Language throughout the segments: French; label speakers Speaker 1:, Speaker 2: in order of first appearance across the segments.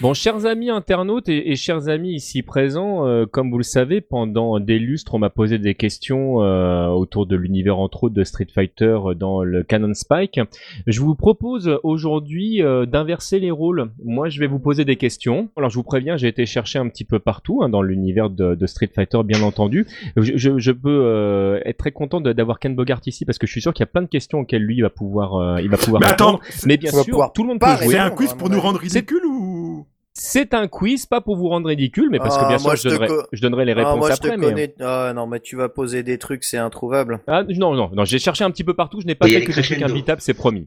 Speaker 1: Bon, chers amis internautes et, et chers amis ici présents, euh, comme vous le savez, pendant des lustres, on m'a posé des questions euh, autour de l'univers entre autres de Street Fighter euh, dans le Canon Spike. Je vous propose aujourd'hui euh, d'inverser les rôles. Moi, je vais vous poser des questions. Alors, je vous préviens, j'ai été chercher un petit peu partout hein, dans l'univers de, de Street Fighter, bien entendu. Je, je- je peux euh, être très content de- d'avoir Ken Bogart ici parce que je suis sûr qu'il y a plein de questions auxquelles lui il va pouvoir, euh, il va pouvoir
Speaker 2: Mais attends,
Speaker 1: répondre. Mais bien
Speaker 3: on va
Speaker 1: sûr,
Speaker 3: pouvoir
Speaker 1: tout le monde
Speaker 3: pas
Speaker 1: peut
Speaker 2: c'est
Speaker 1: jouer.
Speaker 3: répondre.
Speaker 2: un quiz pour nous rendre ridicule ou
Speaker 1: C'est un quiz, pas pour vous rendre ridicule, mais parce que
Speaker 3: Ah,
Speaker 1: bien
Speaker 3: moi,
Speaker 1: sûr, je
Speaker 3: je te
Speaker 1: donnerai,
Speaker 3: co-
Speaker 1: je donnerai les
Speaker 3: Ah,
Speaker 1: réponses
Speaker 3: moi, je
Speaker 1: après.
Speaker 3: te
Speaker 1: mais... hein. euh,
Speaker 3: connais. Ah, non, mais tu vas poser des trucs, c'est introuvable.
Speaker 1: Ah, non, non, non, j'ai cherché un petit peu partout, je n'ai pas
Speaker 4: Oui, il y
Speaker 1: fait
Speaker 4: a
Speaker 1: que
Speaker 4: les
Speaker 1: des trucs
Speaker 4: crescendo.
Speaker 1: imbitables, c'est promis.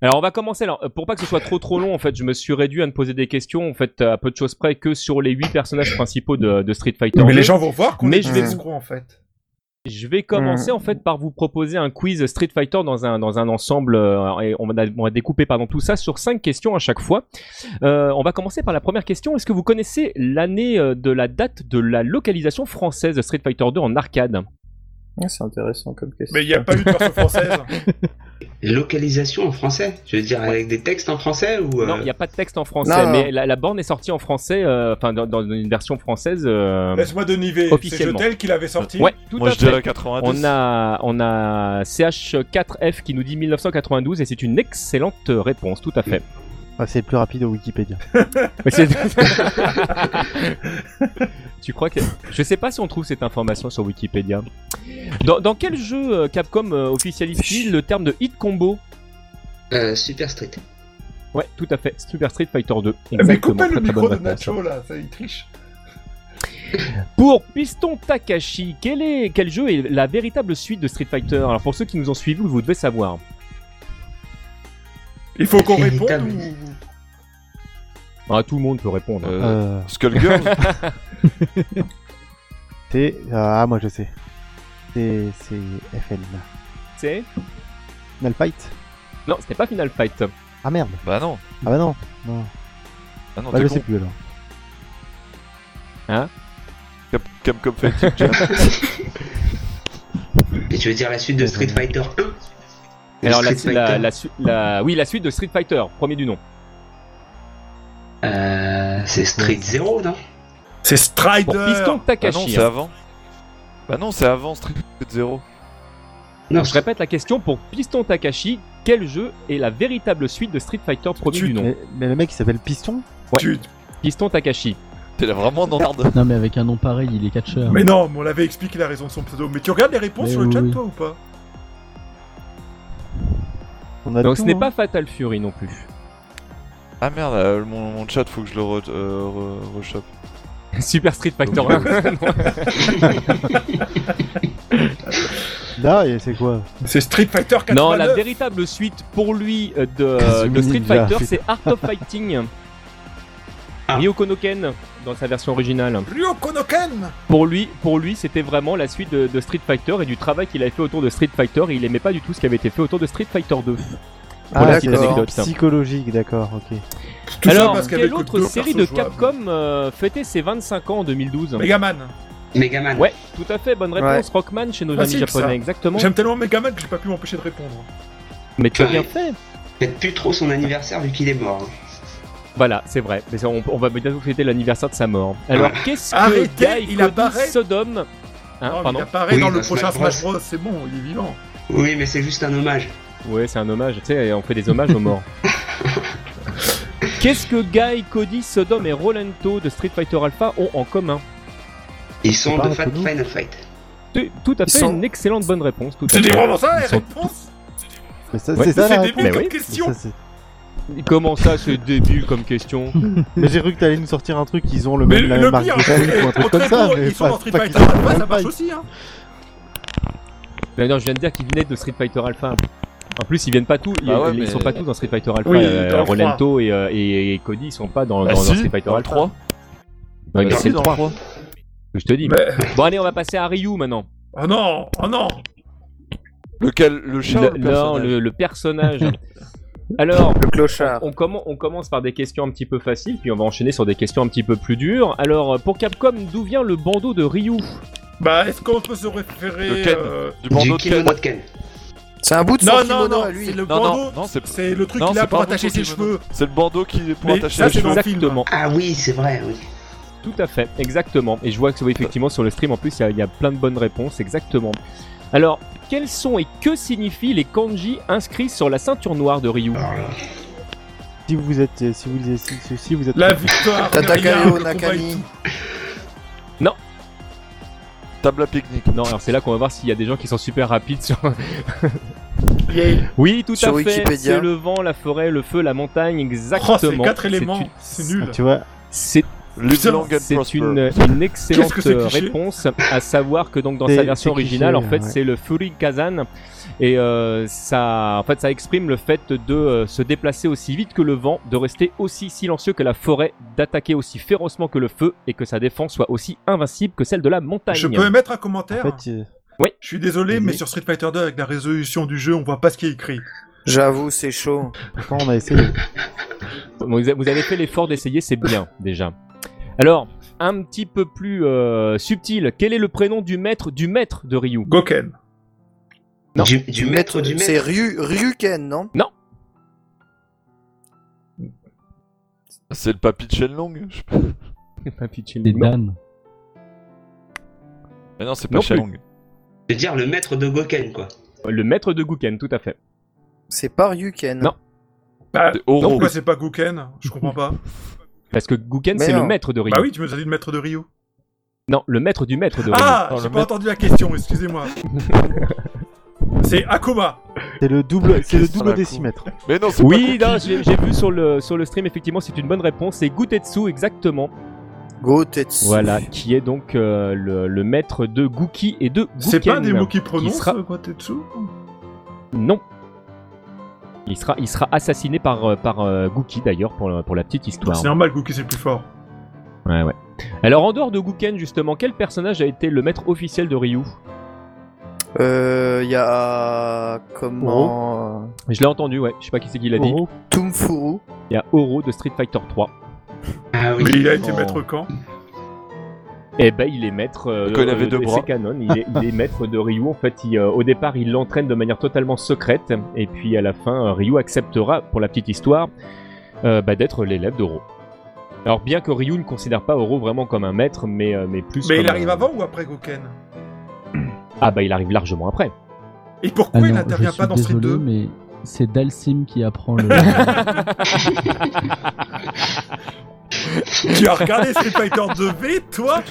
Speaker 1: Alors on va commencer, alors euh, pour pas que ce soit trop trop long en fait, je me suis réduit à ne poser des questions en fait à peu de choses près que sur les huit personnages principaux de, de Street Fighter.
Speaker 5: Mais les
Speaker 1: 2.
Speaker 5: gens vont voir qu'on
Speaker 1: Mais
Speaker 5: est
Speaker 1: je
Speaker 5: des
Speaker 1: vais vous-
Speaker 5: escrocs en fait.
Speaker 1: Je vais commencer
Speaker 3: Hmm.
Speaker 1: en fait par vous proposer un quiz Street Fighter dans un dans un ensemble euh, et on va on va découper pardon tout ça sur cinq questions à chaque fois. Euh, on va commencer par la première question. Est-ce que vous connaissez l'année euh, de la date de la localisation française de Street Fighter 2 en arcade
Speaker 3: Ah, c'est intéressant comme question.
Speaker 5: Mais il n'y a pas eu de version française.
Speaker 4: Localisation en français Je veux dire, avec des textes en français ou. euh,
Speaker 1: Non, il n'y a pas de texte en français,
Speaker 3: Non, non.
Speaker 1: mais la, la borne est sortie en français, euh, enfin dans, dans une version française. euh,
Speaker 5: Laisse-moi deniver, c'est
Speaker 1: Officiellement.
Speaker 5: Jotel qui l'avait sorti.
Speaker 1: Ouais, tout
Speaker 6: Moi
Speaker 1: à
Speaker 6: je dirais
Speaker 1: fait.
Speaker 6: 92.
Speaker 1: On a, on a CH4F qui nous dit 1992 et c'est une excellente réponse, tout à fait.
Speaker 7: Ah, c'est plus rapide au Wikipédia.
Speaker 1: Mais c'est- tu crois que je sais pas si on trouve cette information sur Wikipédia. Dans, dans quel jeu euh, Capcom euh, officialise-t-il le terme de hit combo
Speaker 4: euh, Super Street.
Speaker 1: Ouais, tout à fait. Super Street Fighter 2.
Speaker 5: Mais
Speaker 1: Exactement,
Speaker 5: Eh coupez
Speaker 1: très,
Speaker 5: ben, le
Speaker 1: très
Speaker 5: micro
Speaker 1: bonne
Speaker 5: de
Speaker 1: réponse.
Speaker 5: Nacho là, ça, il triche.
Speaker 1: Pour Piston Takashi, quel, est, quel jeu est la véritable suite de Street Fighter Alors pour ceux qui nous ont suivis, vous devez savoir.
Speaker 5: Il faut qu'on réponde
Speaker 4: Véritable.
Speaker 5: ou...
Speaker 1: Ah, tout le monde peut répondre.
Speaker 6: Euh,
Speaker 7: Euh,
Speaker 6: Skullgirls
Speaker 7: c'est. Ah, moi je sais. C'est. C'est FL.
Speaker 1: C'est
Speaker 7: Final Fight
Speaker 1: Non, c'était pas Final Fight.
Speaker 7: Ah merde.
Speaker 6: Bah non.
Speaker 7: Ah bah non. Non.
Speaker 6: Ah non,
Speaker 7: Bah,
Speaker 6: t'es
Speaker 7: je
Speaker 6: con.
Speaker 7: sais plus alors.
Speaker 6: Cap Capcom Fighting Jam.
Speaker 4: Et tu veux dire la suite de Street Fighter 1 Ou
Speaker 1: Alors la,
Speaker 4: Street
Speaker 1: la-
Speaker 4: Fighter
Speaker 1: la su- la- oui, la suite de Street Fighter, premier du nom.
Speaker 4: Euh, c'est Street 0, non
Speaker 5: C'est Strider
Speaker 1: Pour Piston
Speaker 6: Bah non,
Speaker 1: Takashi.
Speaker 6: c'est
Speaker 1: hein.
Speaker 6: avant. Bah non, c'est avant Street 0.
Speaker 4: Non,
Speaker 1: Je répète la question pour Piston Takashi, quel jeu est la véritable suite de Street Fighter, premier
Speaker 5: Tu-
Speaker 1: du nom
Speaker 7: Mais, mais le mec il s'appelle Piston
Speaker 5: Tu-
Speaker 1: Piston Takashi.
Speaker 6: T'es là vraiment dans merde.
Speaker 8: Non, mais avec un nom pareil, il est catcheur.
Speaker 5: Mais non, mais on l'avait expliqué la raison de son pseudo. Mais tu regardes les réponses
Speaker 8: Mais
Speaker 5: sur le chat
Speaker 8: oui.
Speaker 5: toi ou pas
Speaker 7: On a
Speaker 1: Donc
Speaker 7: tout,
Speaker 1: ce n'est
Speaker 7: hein.
Speaker 1: pas Fatal Fury non plus.
Speaker 6: Ah merde, euh, mon, mon chat faut que je le re, euh, re- rechoppe.
Speaker 1: Super Street Fighter 1.
Speaker 7: Là, et c'est quoi
Speaker 5: C'est Street Fighter 89
Speaker 1: Non, la véritable suite pour lui euh, de,
Speaker 7: Kazumi
Speaker 1: de Street
Speaker 7: Ninja.
Speaker 1: Fighter, c'est Art of Fighting.
Speaker 4: Ah.
Speaker 1: Ryoko no Ken dans sa version originale.
Speaker 5: Ryoko no Ken
Speaker 1: Pour lui, pour lui c'était vraiment la suite de, de Street Fighter et du travail qu'il avait fait autour de Street Fighter. Et il aimait pas du tout ce qui avait été fait autour de Street Fighter 2.
Speaker 7: Ah,
Speaker 1: la
Speaker 7: c'est
Speaker 1: petite anecdote.
Speaker 7: psychologique, d'accord, ok.
Speaker 5: Tout ça
Speaker 1: Alors,
Speaker 5: parce qu'il y avait
Speaker 1: quelle
Speaker 5: que
Speaker 1: autre
Speaker 5: deux
Speaker 1: série de
Speaker 5: persos jouables.
Speaker 1: Capcom euh, fêtait ses 25 ans en 2012
Speaker 5: Megaman
Speaker 4: Megaman.
Speaker 1: Ouais, tout à fait, bonne réponse. Rockman chez nos amis
Speaker 5: Facile,
Speaker 1: japonais,
Speaker 5: ça.
Speaker 1: exactement.
Speaker 5: J'aime tellement Megaman que j'ai pas pu m'empêcher de répondre.
Speaker 1: Mais tu as bien
Speaker 4: Ouais.
Speaker 1: fait.
Speaker 4: Faites plus trop son anniversaire vu qu'il est mort. hein.
Speaker 1: Voilà, c'est vrai. Mais ça, on, on va bientôt fêter l'anniversaire de sa mort. Alors, qu'est-ce que
Speaker 5: Ah. Arrêtez,
Speaker 1: Guy
Speaker 5: il a
Speaker 1: Cody
Speaker 5: barré.
Speaker 1: Sodom Hein,
Speaker 5: Non, Oh, mais
Speaker 1: pardon
Speaker 5: il apparaît
Speaker 4: Oui,
Speaker 5: dans
Speaker 4: dans
Speaker 5: le
Speaker 4: Smash
Speaker 5: prochain
Speaker 4: Bros.
Speaker 5: Smash Bros, c'est bon, il est vivant.
Speaker 4: Oui, mais c'est juste un hommage.
Speaker 1: Ouais, c'est un hommage, tu sais, on fait des hommages aux morts. Qu'est-ce que Guy, Cody, Sodom et Rolento de Street Fighter Alpha ont en commun
Speaker 4: Ils sont
Speaker 7: parle
Speaker 4: de fa-
Speaker 7: entre nous.
Speaker 4: Final Fight.
Speaker 1: Tu- Tout à
Speaker 3: Ils
Speaker 1: fait,
Speaker 3: sont-
Speaker 1: une excellente bonne réponse. Tout à
Speaker 5: C'est des
Speaker 1: fait.
Speaker 5: vraiment ça, les
Speaker 1: Ils sont-
Speaker 5: réponses
Speaker 7: Mais ça,
Speaker 1: Ouais,
Speaker 7: c'est ça
Speaker 5: C'est
Speaker 7: la
Speaker 5: débile
Speaker 7: réponse.
Speaker 1: Mais
Speaker 5: comme
Speaker 1: oui.
Speaker 7: Mais
Speaker 5: question
Speaker 7: ça, c'est-
Speaker 1: Comment ça, c'est débile comme question
Speaker 7: Mais j'ai cru que t'allais nous sortir un truc, ils ont le
Speaker 5: Mais
Speaker 7: même, la
Speaker 5: le
Speaker 7: même marque
Speaker 5: pire,
Speaker 7: de fabrique ou un
Speaker 5: c'est
Speaker 7: truc
Speaker 5: qu'au
Speaker 7: comme ça,
Speaker 5: Tréport,
Speaker 7: mais
Speaker 5: ils sont dans
Speaker 7: pas,
Speaker 5: Street
Speaker 7: pas qu'ils
Speaker 5: Fighter
Speaker 7: sont dans
Speaker 5: Alpha,
Speaker 7: le
Speaker 5: ça
Speaker 7: même
Speaker 5: marche
Speaker 7: pack.
Speaker 5: aussi, hein
Speaker 1: Mais non, je viens de dire qu'ils venaient de Street Fighter Alpha. En plus, ils viennent pas tous, ils,
Speaker 6: Ah ouais,
Speaker 1: ils
Speaker 6: mais-
Speaker 1: sont pas tous dans Street Fighter Alpha.
Speaker 5: Oui,
Speaker 1: Euh,
Speaker 5: dans le
Speaker 1: Rolento et, euh, et- et Cody, ils sont pas dans,
Speaker 6: Ah
Speaker 1: dans- dans
Speaker 6: si,
Speaker 1: Street Fighter
Speaker 6: dans le
Speaker 1: Alpha.
Speaker 6: 3.
Speaker 1: Non, mais
Speaker 6: Ah,
Speaker 1: c'est
Speaker 6: si,
Speaker 1: le
Speaker 6: dans
Speaker 1: 3,
Speaker 6: le 3.
Speaker 1: je te dis.
Speaker 6: Bah,
Speaker 5: Mais-
Speaker 1: Bon, allez, on va passer à Ryu maintenant.
Speaker 5: Oh non Oh non
Speaker 6: Lequel Le chat
Speaker 1: Le-
Speaker 6: ou le
Speaker 1: non,
Speaker 6: personnage
Speaker 1: le, le personnage. Alors,
Speaker 3: Le clochard.
Speaker 1: on, commen- on commence par des questions un petit peu faciles, puis on va enchaîner sur des questions un petit peu plus dures. Alors, euh, pour Capcom, d'où vient le bandeau de Ryu
Speaker 5: Bah, est-ce qu'on peut se référer...
Speaker 6: De Ken.
Speaker 5: euh,
Speaker 6: Du bandeau
Speaker 4: du
Speaker 6: de Ken.
Speaker 4: kimono de Ken.
Speaker 3: C'est un bout de son
Speaker 5: Non,
Speaker 3: kimono
Speaker 5: non, non,
Speaker 3: à lui.
Speaker 5: c'est le
Speaker 6: Non,
Speaker 5: bandeau.
Speaker 6: non, non, c'est
Speaker 5: C'est le truc
Speaker 6: Non,
Speaker 5: qu'il a
Speaker 6: c'est
Speaker 5: pour
Speaker 6: pas un
Speaker 5: attacher ses
Speaker 6: bandeau kimono.
Speaker 5: cheveux.
Speaker 6: c'est le bandeau qui est pour
Speaker 5: Mais
Speaker 6: attacher
Speaker 5: ça,
Speaker 6: les
Speaker 5: c'est
Speaker 6: cheveux.
Speaker 5: dans le film. hein.
Speaker 1: Exactement.
Speaker 4: Ah oui, c'est vrai, oui.
Speaker 1: Tout à fait, exactement. Et je vois que oui, effectivement sur le stream, en plus, il y a- il y, a plein de bonnes réponses, exactement. Alors, quels sont et que signifient les kanji inscrits sur la ceinture noire de Ryu
Speaker 4: Alors là,
Speaker 7: Si vous êtes, euh, si vous êtes, si, si vous êtes.
Speaker 5: La victoire.
Speaker 3: Tatakayo
Speaker 5: derrière, le combat
Speaker 3: Nakami.
Speaker 5: et tout. Oh,
Speaker 6: Table à pique-nique.
Speaker 1: Non, alors c'est là qu'on va voir s'il y a des gens qui sont super rapides sur.
Speaker 5: Yeah.
Speaker 1: Oui, tout
Speaker 3: Sur
Speaker 1: à fait.
Speaker 3: Wikipédia.
Speaker 1: C'est le vent, la forêt, le feu, la montagne,
Speaker 5: Oh,
Speaker 1: exactement.
Speaker 5: c'est quatre
Speaker 1: C'est
Speaker 5: éléments.
Speaker 1: une-
Speaker 5: C'est nul.
Speaker 7: Ah, tu vois,
Speaker 1: C'est
Speaker 6: Live
Speaker 5: Putain,
Speaker 6: long and
Speaker 1: C'est
Speaker 6: prosper.
Speaker 1: une, euh, une excellente
Speaker 5: Qu'est-ce que c'est cliché
Speaker 1: réponse, à savoir que donc dans
Speaker 7: C'est-
Speaker 1: sa version
Speaker 7: c'est cliché,
Speaker 1: originale, en fait,
Speaker 7: ouais.
Speaker 1: c'est le Furikazan et euh, ça, en fait, ça exprime le fait de euh, se déplacer aussi vite que le vent, de rester aussi silencieux que la forêt, d'attaquer aussi férocement que le feu et que sa défense soit aussi invincible que celle de la montagne.
Speaker 5: Je peux mettre un
Speaker 7: en
Speaker 5: commentaire.
Speaker 7: fait, euh,
Speaker 5: Je suis désolé, mais
Speaker 7: Mais-
Speaker 5: sur Street Fighter 2, avec la résolution du jeu, on voit pas ce qui est écrit.
Speaker 3: J'avoue, c'est chaud.
Speaker 7: pourtant on a essayé.
Speaker 1: Bon, Vous a- vous avez fait l'effort d'essayer, c'est bien déjà. Alors, un petit peu plus euh, subtil, quel est le prénom du maître du maître de Ryu
Speaker 5: Goken.
Speaker 1: Non.
Speaker 4: Du, du maître du
Speaker 3: C'est
Speaker 4: maître.
Speaker 3: Ryu, Ryuken, non
Speaker 6: C'est le papy de Shenlong je sais pas.
Speaker 1: Papy Chin-
Speaker 8: C'est
Speaker 1: Non.
Speaker 8: Dan.
Speaker 6: Mais non, c'est pas
Speaker 1: Non plus.
Speaker 6: Shenlong.
Speaker 4: Je veux dire le maître de Goken, quoi.
Speaker 1: Le maître de Guken, tout à fait.
Speaker 3: C'est pas Ryuken.
Speaker 1: Non.
Speaker 5: Bah,
Speaker 6: C'est Oro.
Speaker 5: pourquoi c'est pas Goken Je comprends pas.
Speaker 1: Parce que Guken,
Speaker 3: Mais
Speaker 1: c'est le
Speaker 3: non.
Speaker 1: maître de Ryu.
Speaker 5: bah oui, tu me as dit le maître de Rio.
Speaker 1: Non, le maître du maître de Ryu.
Speaker 5: Ah,
Speaker 6: Non,
Speaker 5: j'ai
Speaker 6: le
Speaker 5: pas
Speaker 6: maître-
Speaker 5: entendu la question, excusez-moi. c'est Akuma.
Speaker 7: C'est le double, c'est le
Speaker 6: Qu'est-ce qu'on a
Speaker 7: double
Speaker 6: con.
Speaker 7: décimètre.
Speaker 6: Mais non, c'est
Speaker 1: Oui,
Speaker 6: pas
Speaker 1: non, j'ai j'ai vu sur le, sur le stream, effectivement, c'est une bonne réponse. C'est Gutetsu, exactement.
Speaker 3: Go Tetsu.
Speaker 1: Voilà, qui est donc euh, le, le maître de Guki et de Guken.
Speaker 5: C'est pas des mots qui prononcent,
Speaker 1: sera-
Speaker 5: euh, Gotetsu
Speaker 1: Non. Il sera, il sera assassiné par, euh, par euh, Guki, d'ailleurs, pour, la- pour la petite histoire.
Speaker 5: C'est normal, Goku, c'est le plus fort.
Speaker 1: Ouais, ouais. Alors, en dehors de Guken, justement, quel personnage a été le maître officiel de Ryu
Speaker 3: Euh, y a. Comment. euh,
Speaker 1: Je l'ai entendu, ouais. Je sais pas qui c'est qui l'a dit.
Speaker 7: Oro.
Speaker 3: Tumfuru.
Speaker 1: Il y a Oro de Street Fighter 3.
Speaker 4: Ah oui.
Speaker 5: Mais il a été
Speaker 7: Oh.
Speaker 5: maître quand
Speaker 1: Eh ben, il est maître. euh,
Speaker 6: Quand il avait
Speaker 1: euh,
Speaker 6: deux
Speaker 1: et
Speaker 6: bras.
Speaker 1: C'est canon. Il est, il est maître de Ryu. En fait, il, euh, au départ, il l'entraîne de manière totalement secrète. Et puis, à la fin, euh, Ryu acceptera, pour la petite histoire, euh, bah, d'être l'élève d'Oro. Alors, bien que Ryu ne considère pas Oro vraiment comme un maître, mais, euh, mais plus.
Speaker 5: Mais il
Speaker 1: comme un-
Speaker 5: arrive avant ou après Goken
Speaker 1: Ah, bah, il arrive largement après.
Speaker 5: Et pourquoi il
Speaker 8: Alors, Ah je
Speaker 5: n'intervient
Speaker 8: suis
Speaker 5: pas dans Street 2
Speaker 8: désolé, mais c'est Dalsim qui apprend le.
Speaker 5: Tu as regardé Street Fighter 2V, toi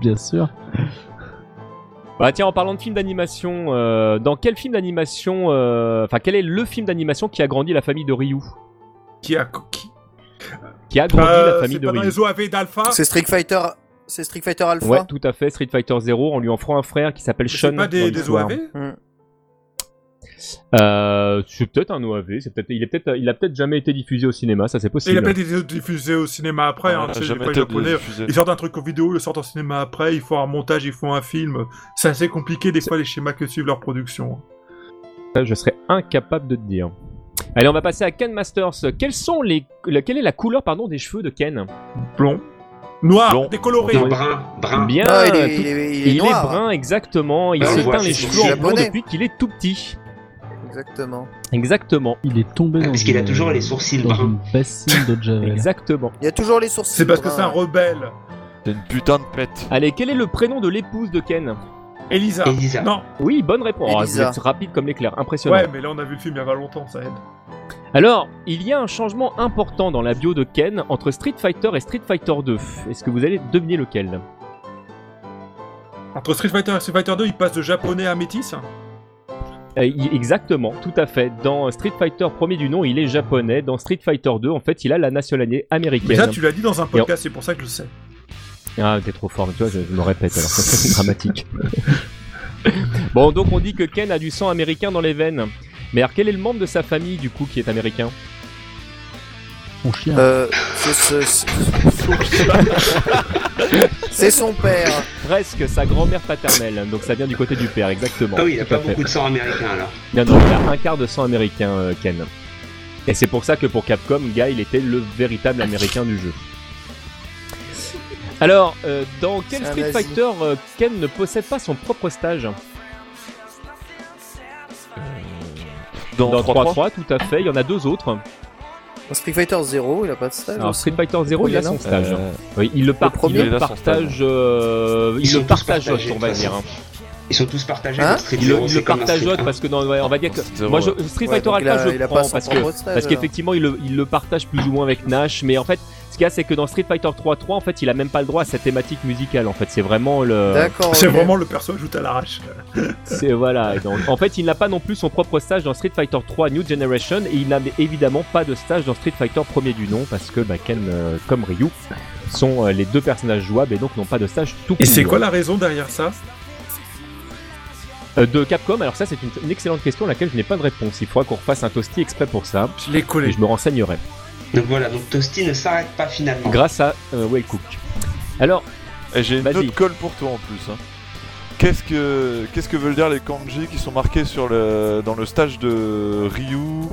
Speaker 8: Bien sûr.
Speaker 1: Bah, tiens, en parlant de film d'animation, euh, dans quel film d'animation. euh, Enfin, quel est le film d'animation qui a grandi la famille de Ryu
Speaker 5: Qui a. Qui...
Speaker 1: Qui a grandi
Speaker 5: Euh,
Speaker 1: la
Speaker 5: c'est
Speaker 1: famille de
Speaker 5: pas dans
Speaker 1: Ryu
Speaker 5: les OAV d'Alpha
Speaker 3: C'est Street Fighter. C'est Street Fighter Alpha
Speaker 1: Ouais, tout à fait. Street Fighter 0, on lui en fera un frère qui s'appelle Sean.
Speaker 5: C'est pas
Speaker 1: dans
Speaker 5: des, des
Speaker 1: l'histoire.
Speaker 5: OAV
Speaker 1: Euh, c'est peut-être un OAV, c'est peut-être, il est peut-être, il a peut-être jamais été diffusé au cinéma, ça c'est
Speaker 5: Et il
Speaker 1: possible.
Speaker 5: a peut-être été diffusé au cinéma après, hein, tu sais, les
Speaker 6: jamais
Speaker 5: fois,
Speaker 6: été
Speaker 5: japonais,
Speaker 6: diffusé.
Speaker 5: Ils sortent un truc en vidéo, ils le sortent en cinéma après, ils font un montage, ils font un film. C'est assez compliqué des fois les schémas que suivent leur production.
Speaker 1: Ça, Je serais incapable de te dire. Allez, on va passer à Ken Masters. Quelles sont les, le- quelle est la couleur pardon des cheveux de Ken
Speaker 5: Blond. Noir,
Speaker 6: Blond.
Speaker 5: décoloré.
Speaker 4: Non, brun, brun.
Speaker 1: Bien.
Speaker 3: Non, Ah, il est,
Speaker 1: tout-
Speaker 3: il est,
Speaker 1: Ah, il est
Speaker 3: noir.
Speaker 1: brun exactement. Il
Speaker 4: Ah,
Speaker 1: se
Speaker 4: on voit,
Speaker 1: teint les
Speaker 4: c'est
Speaker 1: cheveux en blond
Speaker 3: japonais.
Speaker 1: depuis qu'il est tout petit.
Speaker 3: Exactement.
Speaker 1: Exactement.
Speaker 8: Il est tombé
Speaker 4: Ah,
Speaker 8: dans.
Speaker 4: parce qu'il a
Speaker 8: une-
Speaker 4: toujours les sourcils
Speaker 8: Dans
Speaker 4: bruns.
Speaker 8: une bassine de Javel.
Speaker 1: Exactement.
Speaker 3: Il y a toujours les sourcils.
Speaker 5: C'est parce que
Speaker 3: bruns,
Speaker 5: c'est un
Speaker 3: ouais.
Speaker 5: rebelle.
Speaker 6: C'est une putain de pète.
Speaker 1: Allez, quel est le prénom de l'épouse de Ken
Speaker 5: Elisa.
Speaker 4: Elisa.
Speaker 5: Non,
Speaker 1: Oui, bonne réponse. Ah, vous
Speaker 3: Elisa.
Speaker 1: êtes rapide comme l'éclair, impressionnant.
Speaker 5: ouais, mais là on a vu le film il y a pas longtemps, ça aide.
Speaker 1: Alors, il y a un changement important dans la bio de Ken entre Street Fighter et Street Fighter 2. Est-ce que vous allez deviner lequel
Speaker 5: Entre Street Fighter et Street Fighter 2, il passe de japonais à métis.
Speaker 1: Euh, il- Exactement, tout à fait. Dans Street Fighter premier du nom, il est japonais. Dans Street Fighter 2, en fait, il a la nationalité
Speaker 5: Mais
Speaker 1: américaine.
Speaker 5: ça, tu l'as dit dans un podcast, c'est pour ça que je le sais.
Speaker 1: Ah, t'es trop fort, mais toi, je, je me répète, alors ça c'est dramatique. bon, donc on dit que Ken a du sang américain dans les veines. Mais alors, quel est le membre de sa famille, du coup, qui est américain
Speaker 8: Son chien.
Speaker 3: Euh, c'est ce- ce- C'est son père.
Speaker 1: Presque sa grand-mère paternelle. Donc ça vient du côté du père, exactement.
Speaker 4: Ah oui, il a
Speaker 1: Tout à
Speaker 4: pas
Speaker 1: fait.
Speaker 4: beaucoup de sang américain alors.
Speaker 1: Non, non, il a un quart de sang américain, euh, Ken. Et c'est pour ça que pour Capcom, Guy, il était le véritable américain du jeu. Alors, euh, dans quel
Speaker 3: C'est un
Speaker 1: Street
Speaker 3: nazi.
Speaker 1: Fighter euh, Ken ne possède pas son propre stage
Speaker 6: Dans,
Speaker 1: Dans 3-3,
Speaker 6: 3-3
Speaker 1: tout à fait. Il y en a deux autres.
Speaker 3: Ah, Dans Street Fighter 0, il a pas de stage. hein.
Speaker 1: Alors,
Speaker 3: aussi.
Speaker 1: Street Fighter 0, il a
Speaker 3: premier,
Speaker 1: son
Speaker 3: non Euh,
Speaker 1: stage. Oui, il le, par-
Speaker 3: premier
Speaker 1: il le
Speaker 6: Il a son
Speaker 1: partage. euh,
Speaker 4: Ils
Speaker 1: il
Speaker 4: sont
Speaker 1: le
Speaker 4: tous
Speaker 1: partage,
Speaker 4: partagés,
Speaker 1: on va
Speaker 4: de toute
Speaker 1: dire.
Speaker 4: façon.
Speaker 1: hein.
Speaker 4: Ils sont tous partagés
Speaker 3: Hein
Speaker 4: dans Street
Speaker 1: Il le,
Speaker 4: Zero,
Speaker 1: il
Speaker 4: c'est
Speaker 1: le
Speaker 4: comme un
Speaker 1: partage
Speaker 4: Street
Speaker 1: l'autre
Speaker 4: un.
Speaker 1: parce que dans, ouais, on va dire que
Speaker 6: Street Zero,
Speaker 1: moi je,
Speaker 6: ouais.
Speaker 1: Street
Speaker 3: Ouais,
Speaker 1: Fighter
Speaker 3: donc il a-
Speaker 1: Alpha je
Speaker 3: il
Speaker 1: le
Speaker 3: a
Speaker 1: prends
Speaker 3: pas son
Speaker 1: parce que
Speaker 3: propre stage,
Speaker 1: parce
Speaker 3: alors.
Speaker 1: qu'effectivement il le, il le partage plus ou moins avec Nash mais en fait ce qu'il y a c'est que dans Street Fighter 3-3 en fait il a même pas le droit à sa thématique musicale en fait c'est vraiment le
Speaker 3: D'accord.
Speaker 5: C'est
Speaker 3: ok.
Speaker 5: vraiment le perso ajoute à l'arrache.
Speaker 1: c'est voilà Et donc, en fait il n'a pas non plus son propre stage dans Street Fighter 3 New Generation et il n'a évidemment pas de stage dans Street Fighter premier du nom parce que bah, Ken euh, comme Ryu sont euh, les deux personnages jouables et donc n'ont pas de stage tout
Speaker 5: Et c'est
Speaker 1: court.
Speaker 5: quoi la raison derrière ça
Speaker 1: Euh, de Capcom alors ça c'est une, une excellente question à laquelle je n'ai pas de réponse il faudra qu'on refasse un toasty exprès pour ça
Speaker 5: Je l'ai
Speaker 1: et
Speaker 5: collé.
Speaker 1: je me renseignerai
Speaker 4: Donc voilà, donc Toasty ne s'arrête pas finalement.
Speaker 1: grâce à euh, Will Cook. Alors,
Speaker 6: Et j'ai une
Speaker 1: Vas-y.
Speaker 6: autre colle pour toi en plus. hein. Qu'est-ce que qu'est-ce que veulent dire les kanji qui sont marqués sur le dans le stage de Ryu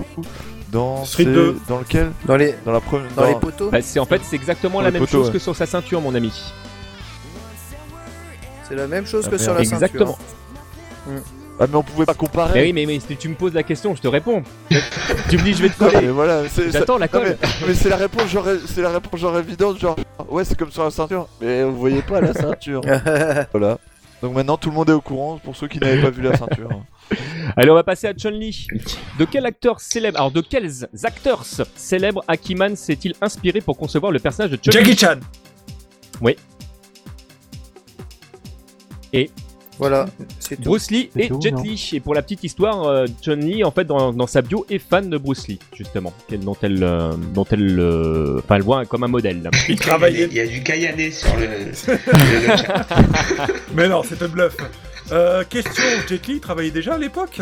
Speaker 6: dans
Speaker 5: Street
Speaker 6: c'est-
Speaker 5: 2.
Speaker 6: dans lequel
Speaker 3: Dans les,
Speaker 6: dans la première
Speaker 3: dans les poteaux,
Speaker 1: bah, c'est en fait c'est exactement
Speaker 6: Pour
Speaker 1: la
Speaker 6: les
Speaker 1: même
Speaker 6: poteaux,
Speaker 1: chose
Speaker 6: ouais.
Speaker 1: que sur sa ceinture, mon ami.
Speaker 3: c'est la même chose
Speaker 6: Ah,
Speaker 3: que sur la ceinture.
Speaker 1: Exactement.
Speaker 6: ah mais on pouvait pas comparer.
Speaker 1: Mais oui, mais, mais si tu me poses la question, je te réponds. tu me dis je vais te
Speaker 6: Ah,
Speaker 1: coller.
Speaker 6: mais voilà, c'est ça- Ah
Speaker 1: J'attends la
Speaker 6: Non,
Speaker 1: colle.
Speaker 6: mais, mais c'est la réponse genre c'est la réponse genre évidente genre ouais c'est comme sur la ceinture mais vous voyez pas la ceinture voilà donc maintenant tout le monde est au courant pour ceux qui n'avaient pas vu la ceinture
Speaker 1: Allez, on va passer à Chun Li. De quel acteur célèbre, alors de quels acteurs célèbres Akiman s'est-il inspiré pour concevoir le personnage de Chun Li
Speaker 5: Jackie Chan
Speaker 3: voilà, c'est tout.
Speaker 1: Bruce Lee
Speaker 7: C'est
Speaker 1: et
Speaker 7: tout,
Speaker 1: Jet
Speaker 7: non
Speaker 1: Li. Et pour la petite histoire, euh, Chun Li, en fait, dans, dans sa bio, est fan de Bruce Lee, justement, qu'elle- dont elle, euh, dont elle, euh, enfin, elle voit comme un modèle.
Speaker 5: Il
Speaker 4: Il y a-
Speaker 5: travaillait.
Speaker 4: il y a du caillané sur le, le- le chat.
Speaker 5: Mais non, c'est un bluff. Euh, question, Jet Li travaillait déjà à l'époque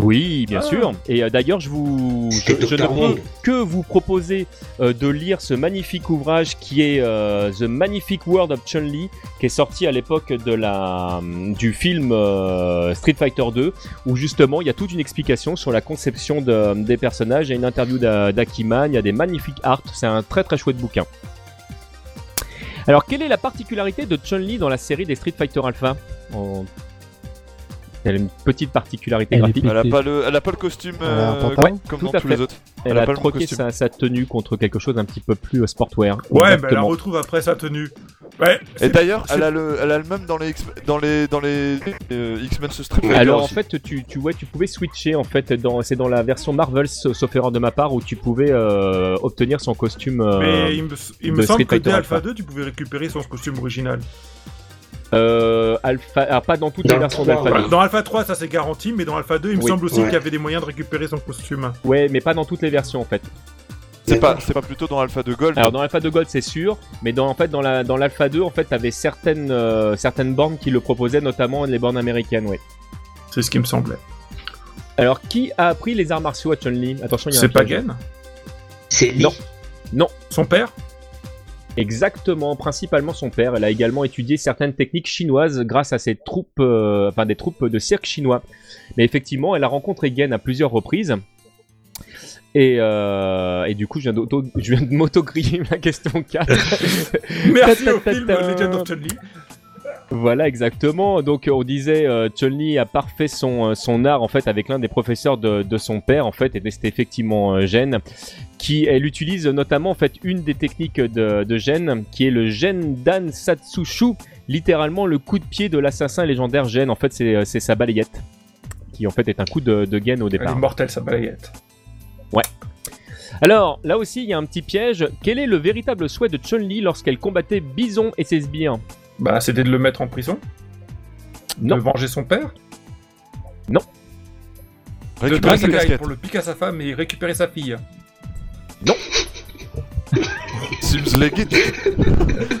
Speaker 1: Oui, bien
Speaker 5: Ah.
Speaker 1: sûr. Et euh, d'ailleurs, je vous, je,
Speaker 4: C'était
Speaker 1: je ne
Speaker 4: Dr. Wong.
Speaker 1: peux que vous proposer euh, de lire ce magnifique ouvrage qui est euh, The Magnific World of Chun Li, qui est sorti à l'époque de la mm, du film euh, Street Fighter 2, où justement il y a toute une explication sur la conception de- mm, des personnages. Il y a une interview d'A- d'Akiman, il y a des magnifiques arts. C'est un très très chouette bouquin. Alors, quelle est la particularité de Chun-Li dans la série des Street Fighter Alpha En- Elle a une petite particularité
Speaker 8: Elle est
Speaker 1: graphique.
Speaker 6: elle a pas le elle a pas le costume
Speaker 7: Elle a un
Speaker 6: euh,
Speaker 7: pantalon
Speaker 6: comme- comme
Speaker 1: tout
Speaker 6: dans
Speaker 1: à
Speaker 6: tous
Speaker 1: fait.
Speaker 6: les autres
Speaker 1: Elle,
Speaker 6: Elle a
Speaker 1: a,
Speaker 6: pas le bon
Speaker 1: troqué
Speaker 6: costume.
Speaker 1: sa, sa tenue contre quelque chose un petit peu plus euh, sportwear.
Speaker 5: Ouais, mais elle la
Speaker 1: Exactement.
Speaker 5: retrouve après sa tenue. Ouais,
Speaker 6: et
Speaker 5: c'est-
Speaker 6: d'ailleurs
Speaker 5: c'est-
Speaker 6: elle a le elle a le même dans les X dans les dans les euh, X-Men ce Street Fighter
Speaker 1: Alors en
Speaker 6: aussi.
Speaker 1: fait, tu, tu, ouais, tu pouvais switcher en fait. Dans, c'est dans la version Marvel, sa- sauf erreur de ma part, où tu pouvais euh, obtenir son costume. euh,
Speaker 5: Mais il me, s- il me
Speaker 1: de
Speaker 5: semble
Speaker 1: Street
Speaker 5: que dès
Speaker 1: Fighter
Speaker 5: Alpha
Speaker 1: Alpha.
Speaker 5: 2, tu pouvais récupérer son costume original.
Speaker 1: euh, Alpha, alors, pas dans toutes
Speaker 4: Dans
Speaker 1: les
Speaker 4: le
Speaker 1: versions
Speaker 4: trois,
Speaker 1: d'Alpha
Speaker 4: ouais.
Speaker 1: 2.
Speaker 5: Dans Alpha 3, ça c'est garanti, mais dans Alpha 2, il me
Speaker 4: Oui,
Speaker 5: semble aussi
Speaker 4: ouais.
Speaker 5: qu'il y avait des moyens de récupérer son costume.
Speaker 1: Ouais, mais pas dans toutes les versions en fait.
Speaker 6: c'est pas c'est pas plutôt dans Alpha de Gold
Speaker 1: Alors dans l'Alpha 2 Gold, c'est sûr, mais dans en fait dans la dans l'Alpha 2, en fait, t'avais certaines euh, certaines bornes qui le proposaient, notamment les bornes américaines, ouais.
Speaker 5: C'est ce qui me semblait.
Speaker 1: Alors qui a appris les arts martiaux à Chun-Li Attention, il y a un
Speaker 5: C'est pas
Speaker 1: piège.
Speaker 5: Gain
Speaker 4: C'est Lee.
Speaker 1: Non.
Speaker 5: Son père
Speaker 1: Exactement, principalement son père. Elle a également étudié certaines techniques chinoises grâce à ses troupes, euh, enfin des troupes de cirque chinois. Mais effectivement, elle a rencontré Gen à plusieurs reprises. Et, euh, et du coup, je viens, d'auto- je viens de m'auto-griller la question 4.
Speaker 5: Merci au
Speaker 1: Ta-ta-ta-ta.
Speaker 5: film Legend of Chun-Li.
Speaker 1: Voilà, exactement. Donc, on disait, euh, Chun-Li a parfait son, euh, son art, en fait, avec l'un des professeurs de, de son père, en fait, et c'était effectivement euh, Gen, qui, elle utilise notamment, en fait, une des techniques de, de Gen, qui est le Gen Dan Satsushu, littéralement le coup de pied de l'assassin légendaire Gen. En fait, c'est euh, c'est sa balayette, qui, en fait, est un coup de, de Gen au
Speaker 5: Elle est
Speaker 1: départ.
Speaker 5: mortelle sa balayette.
Speaker 1: Alors, là aussi, il y a un petit piège. Quel est le véritable souhait de Chun-Li lorsqu'elle combattait Bison et ses sbires
Speaker 5: Bah, c'était de le mettre en prison
Speaker 1: Non.
Speaker 5: De venger son père De
Speaker 6: récupère sa
Speaker 5: draguer
Speaker 6: casquette
Speaker 5: pour le piquer à sa femme et récupérer sa fille.
Speaker 6: Sims Legit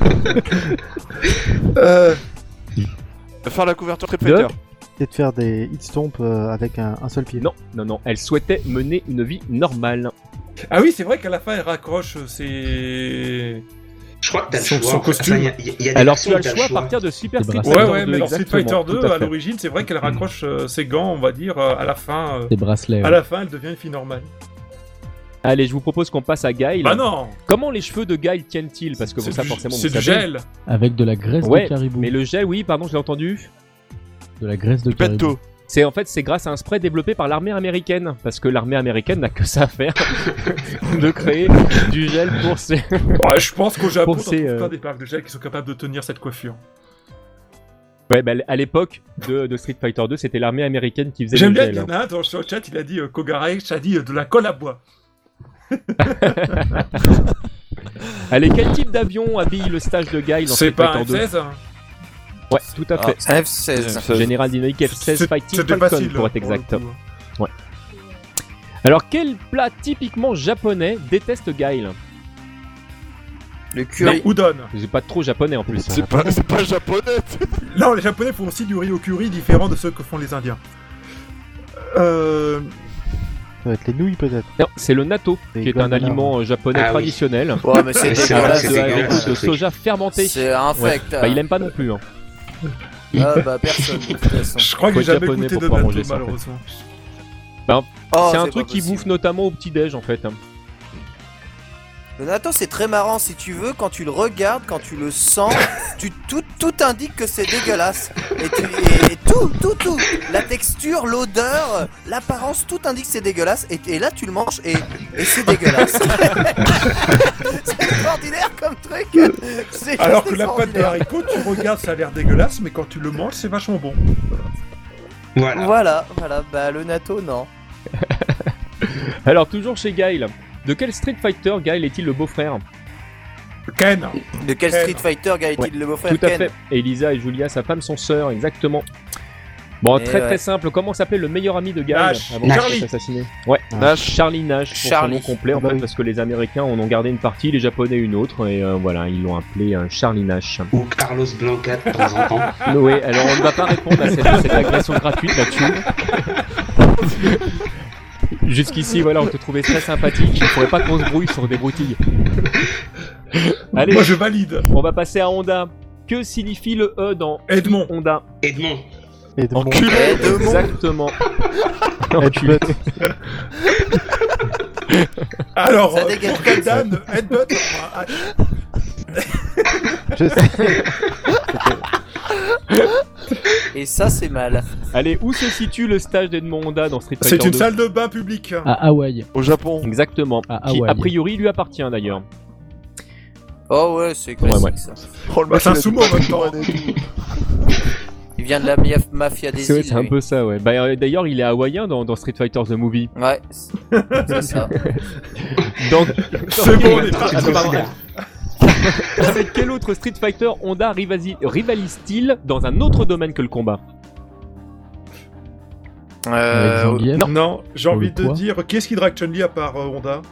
Speaker 5: Euh,
Speaker 6: faire la couverture Street
Speaker 1: Deux.
Speaker 6: Fighter
Speaker 7: C'est de faire des hit stomp euh, avec un, un seul pied.
Speaker 1: Non, non, non. Elle souhaitait mener une vie normale.
Speaker 5: Ah oui, c'est vrai qu'à la fin, elle raccroche ses...
Speaker 1: Ah,
Speaker 4: Je crois que t'as le
Speaker 5: Son-
Speaker 4: choix.
Speaker 5: son
Speaker 4: Enfin,
Speaker 5: costume.
Speaker 4: il y a- il y a- il y a des
Speaker 1: Alors tu
Speaker 4: versions
Speaker 1: as
Speaker 4: où
Speaker 1: le choix à partir de Super
Speaker 8: C'est
Speaker 1: Street
Speaker 8: vrai.
Speaker 1: Fighter
Speaker 5: Ouais,
Speaker 1: 2.
Speaker 5: ouais, mais dans Street Fighter
Speaker 1: exactement,
Speaker 5: 2,
Speaker 1: tout à
Speaker 5: à,
Speaker 1: fait. Mm.
Speaker 5: l'origine, c'est vrai qu'elle raccroche euh, ses gants, on va dire, euh, à la fin. euh,
Speaker 8: Des bracelets.
Speaker 5: à
Speaker 8: hein. ouais.
Speaker 5: la fin, elle devient une fille normale.
Speaker 1: Allez, je vous propose qu'on passe à Guile.
Speaker 5: Bah non
Speaker 1: Comment les cheveux de Guile tiennent-ils Parce que bon,
Speaker 5: C'est
Speaker 1: ça
Speaker 5: du,
Speaker 1: forcément,
Speaker 5: c'est
Speaker 1: vous
Speaker 5: du
Speaker 1: savez.
Speaker 5: gel
Speaker 8: Avec de la graisse
Speaker 1: Ouais,
Speaker 8: de caribou.
Speaker 1: Mais le gel, oui, pardon, je l'ai entendu.
Speaker 8: De la graisse de
Speaker 6: du
Speaker 8: caribou.
Speaker 6: bento
Speaker 1: C'est en fait c'est grâce à un spray développé par l'armée américaine parce que l'armée américaine n'a que ça à faire de créer du gel pour ses
Speaker 5: Ouais, je pense qu'au Japon,
Speaker 1: Pour
Speaker 5: on
Speaker 1: ces,
Speaker 5: trouve
Speaker 1: euh,
Speaker 5: pas des marques de gel qui sont capables de tenir cette coiffure.
Speaker 1: Ouais, bah, à l'époque de, de Street Fighter 2, c'était l'armée américaine qui faisait
Speaker 5: J'aime
Speaker 1: le
Speaker 5: bien qu'il y
Speaker 1: gel. hein.
Speaker 5: en a un dans- sur le chat, il a dit euh, Kogare, ça dit euh, de la colle à bois.
Speaker 1: Allez, quel type d'avion habille le stage de Guy dans Street
Speaker 5: C'est pas hein. un
Speaker 1: Fighter 2
Speaker 5: 16
Speaker 1: Ouais, tout à fait.
Speaker 3: F16.
Speaker 1: Général Dynamics F-16 Fighting
Speaker 5: C'était
Speaker 1: Falcon,
Speaker 5: facile,
Speaker 1: pour
Speaker 5: hein,
Speaker 1: être exact.
Speaker 5: le coup.
Speaker 1: Alors, quel plat typiquement japonais déteste Guile
Speaker 3: Le
Speaker 5: Non,
Speaker 3: curry.
Speaker 5: udon.
Speaker 1: J'ai pas trop japonais en plus.
Speaker 6: C'est pas, c'est pas japonais.
Speaker 5: Non, les Japonais font aussi du riz au curry différent de ceux que font les Indiens. Euh,
Speaker 7: Ça doit être les nouilles peut-être.
Speaker 1: Non, c'est le natto,
Speaker 7: Des
Speaker 1: qui est un
Speaker 7: bananes.
Speaker 1: aliment euh, japonais
Speaker 4: Ah oui.
Speaker 1: traditionnel.
Speaker 3: Ouais, mais c'est
Speaker 4: Ouais, c'est
Speaker 1: à
Speaker 4: vrai,
Speaker 1: base
Speaker 3: dégueulasse.
Speaker 4: c'est
Speaker 1: de,
Speaker 4: dégueulasse,
Speaker 1: haricots de
Speaker 4: ce truc.
Speaker 1: soja fermenté.
Speaker 3: C'est euh, infect.
Speaker 1: Bah, il aime pas non plus. Hein.
Speaker 3: Ah bah personne de toute façon.
Speaker 5: je crois que
Speaker 1: Faut
Speaker 5: j'ai
Speaker 1: être
Speaker 5: jamais
Speaker 1: japonais
Speaker 5: goûté
Speaker 1: pour
Speaker 5: de
Speaker 1: pouvoir
Speaker 5: natto,
Speaker 1: manger ça, en fait.
Speaker 5: malheureusement.
Speaker 3: Oh,
Speaker 1: c'est un
Speaker 3: pas
Speaker 1: truc qui
Speaker 3: possible.
Speaker 1: bouffe notamment au petit-déj en fait. hein.
Speaker 3: Le natto c'est très marrant si tu veux, quand tu le regardes, quand tu le sens, tu, tout, tout indique que c'est dégueulasse. Et, tu- et- et tout, tout, tout. La texture, l'odeur, l'apparence, tout indique que c'est dégueulasse. Et, et là tu le manges et, et c'est dégueulasse. c'est extraordinaire comme truc. C'est juste
Speaker 5: Alors que la pâte de
Speaker 3: extraordinaire.
Speaker 5: haricot, tu regardes, ça a l'air dégueulasse, mais quand tu le manges, c'est vachement bon.
Speaker 4: Voilà.
Speaker 3: Voilà, voilà, bah le natto non.
Speaker 1: Alors toujours chez Guile. De quel Street Fighter Guile est-il le beau-frère
Speaker 5: Ken,
Speaker 3: De quel
Speaker 5: Ken.
Speaker 3: Street Fighter gars est-il
Speaker 1: Ouais,
Speaker 3: le beau-frère
Speaker 1: Tout à
Speaker 3: Ken
Speaker 1: fait. Elisa et Julia, sa femme, son sœur, exactement. Bon,
Speaker 3: Et
Speaker 1: très
Speaker 3: ouais.
Speaker 1: très simple. Comment s'appelait le meilleur ami de Guile
Speaker 5: Nash.
Speaker 1: avant qu'il
Speaker 4: Nash.
Speaker 1: soit assassiné Ouais,
Speaker 6: Nash.
Speaker 1: Charlie Nash pour
Speaker 3: Charlie.
Speaker 1: son nom complet en
Speaker 7: Ah bah
Speaker 1: fait,
Speaker 7: oui.
Speaker 1: parce que les Américains en ont gardé une partie, les Japonais une autre, et euh, voilà, ils l'ont appelé euh, Charlie Nash.
Speaker 4: Ou Carlos Blanca de temps en temps.
Speaker 1: Noé, alors on ne va pas répondre à cette, cette agression gratuite là-dessus. Jusqu'ici, voilà, on te trouvait très sympathique. Il ne faudrait pas qu'on se brouille sur des broutilles. Allez,
Speaker 5: moi je valide.
Speaker 1: on va passer à Honda. Que signifie le E dans
Speaker 5: Edmond.
Speaker 1: Honda
Speaker 4: Edmond.
Speaker 7: Et de mon Eh,
Speaker 6: Enculé.
Speaker 3: Eh, de mon-
Speaker 1: Exactement.
Speaker 9: Eh,
Speaker 7: headbutt.
Speaker 5: Alors,
Speaker 3: Ça
Speaker 5: euh,
Speaker 3: dégage
Speaker 5: pour
Speaker 3: comme
Speaker 5: Kedan, Headbutt, ah, ah,
Speaker 7: Je sais.
Speaker 3: Et ça c'est mal.
Speaker 1: Allez, où se situe le stage d'Edmond Honda dans Street Fighter
Speaker 5: c'est une
Speaker 1: 2?
Speaker 5: salle de bain publique.
Speaker 8: À Hawaï.
Speaker 6: Au Japon.
Speaker 1: Exactement.
Speaker 8: Ah,
Speaker 1: qui
Speaker 8: ouais.
Speaker 1: a priori lui appartient d'ailleurs.
Speaker 3: Oh ouais, c'est
Speaker 1: Ouais,
Speaker 3: classique
Speaker 1: ouais.
Speaker 3: ça.
Speaker 6: Oh, le
Speaker 5: Bah, c'est un
Speaker 6: mec, il a
Speaker 5: sumo
Speaker 6: des
Speaker 5: en même temps.
Speaker 6: Japonais et tout.
Speaker 3: Il vient de la mia- mafia des
Speaker 1: C'est ouais,
Speaker 3: îles.
Speaker 1: c'est un
Speaker 3: lui.
Speaker 1: peu ça, ouais. Bah, euh, d'ailleurs, il est hawaïen dans, dans Street Fighter The Movie.
Speaker 3: Ouais, c'est ça.
Speaker 1: Donc,
Speaker 5: C'est bon, on est Ah, parti.
Speaker 4: Tu te considères.
Speaker 1: Avec quel autre Street Fighter Honda rivasi- rivalise-t-il dans un autre domaine que le combat
Speaker 8: Avec
Speaker 3: Euh,
Speaker 8: Zangief.
Speaker 1: non.
Speaker 5: Non, j'ai envie de
Speaker 8: Quoi
Speaker 5: dire, qu'est-ce qui drague Chun-Li à part euh, Honda